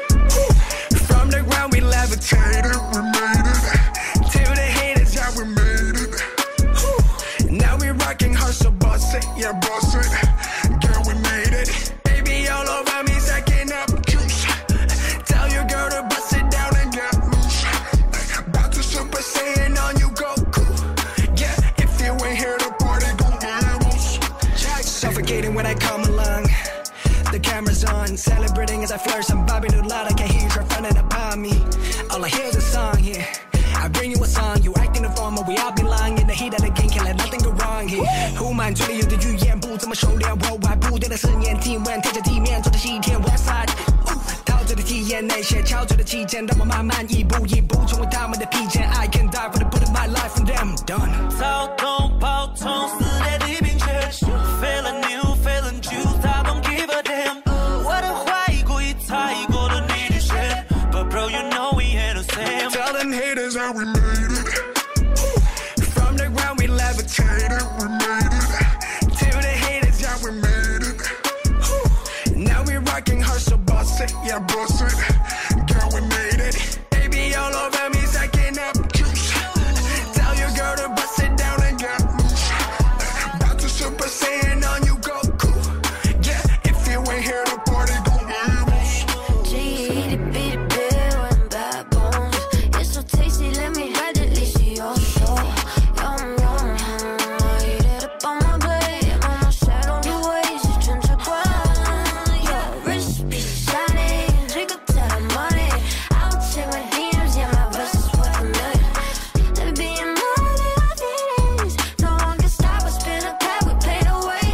From the ground we levitated, we made it. Tell the haters how we made it. Now we rocking hard, so boss it, yeah, boss it. Girl, we made it. Baby, all over me, sucking up juice. Tell your girl to bust it down and get loose. About to Super Saiyan on you, Goku. Yeah, if you ain't here to party, go Beatles. Suffocating when I come along. The cameras on, celebrating as I flirt. Some Bobby Lula, I can hear you try running upon me. All I hear is a song here. I bring you a song, you acting the form, but we all belong in the heat of the game, can let nothing go wrong here. 不满足的有的语言不怎么熟练，我玩不对的思念，体温贴着地面，做的西天 website。陶醉的体验那些憔悴的期间，让我慢慢一步一步成为他们的披肩。I can die for the put of my life in them done。躁动、暴冲、撕裂的冰圈，feeling new, feeling juice, I don't give a damn。我的怀疑故意猜疑过了你的选，But bro, you know we ain't the same。 Tell them haters how we made it. From the ground we levitated, we made it. To the haters, yeah, we made it. Now we rocking hard, so boss it, yeah, boss it. Girl, we made it. Baby, all over me, sucking up juice. Tell your girl to bust it down and get loose. About to Super Saiyan on you, Goku. Yeah, if you ain't here, the party gon' lose. G beat beer and bad bones. It's so tasty, let me have it, least your soul. Yum yum yum. I eat it up on my plate, and when I sat on the waist, it turns to wine. Your wrist be shiny, drink up to the money. I'll check my DMs, yeah, my verse is worth a million. Let me be in more than I need is. No one can stop us, spin a pack, we pay the way.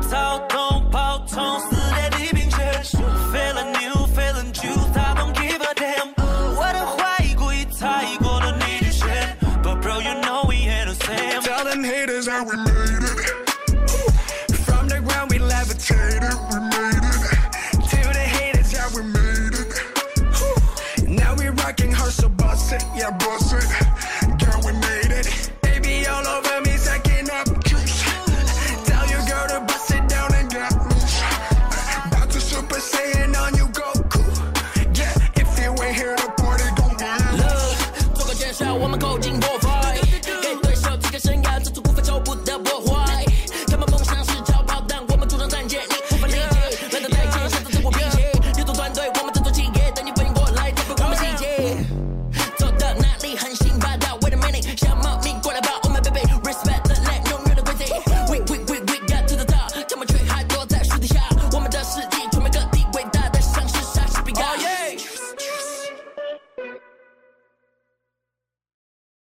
躁动、暴冲、撕裂的冰雪，feeling new, feeling juice, I don't give a damn。我的怀疑故意猜疑过了你的选，But bro, you know we ain't the same。 Tell them haters how we made it. From the ground we levitated, we made it. To the haters, yeah, we made it. Now we rocking hard, so boss it, yeah, boss it. Girl, we made it. Baby, all over me, sucking up juice. Tell your girl to bust it down and get loose. About to Super Saiyan on you, Goku. Yeah, if you ain't here, the party gon' lose. 做个介绍，我们够劲过 Oh, 分，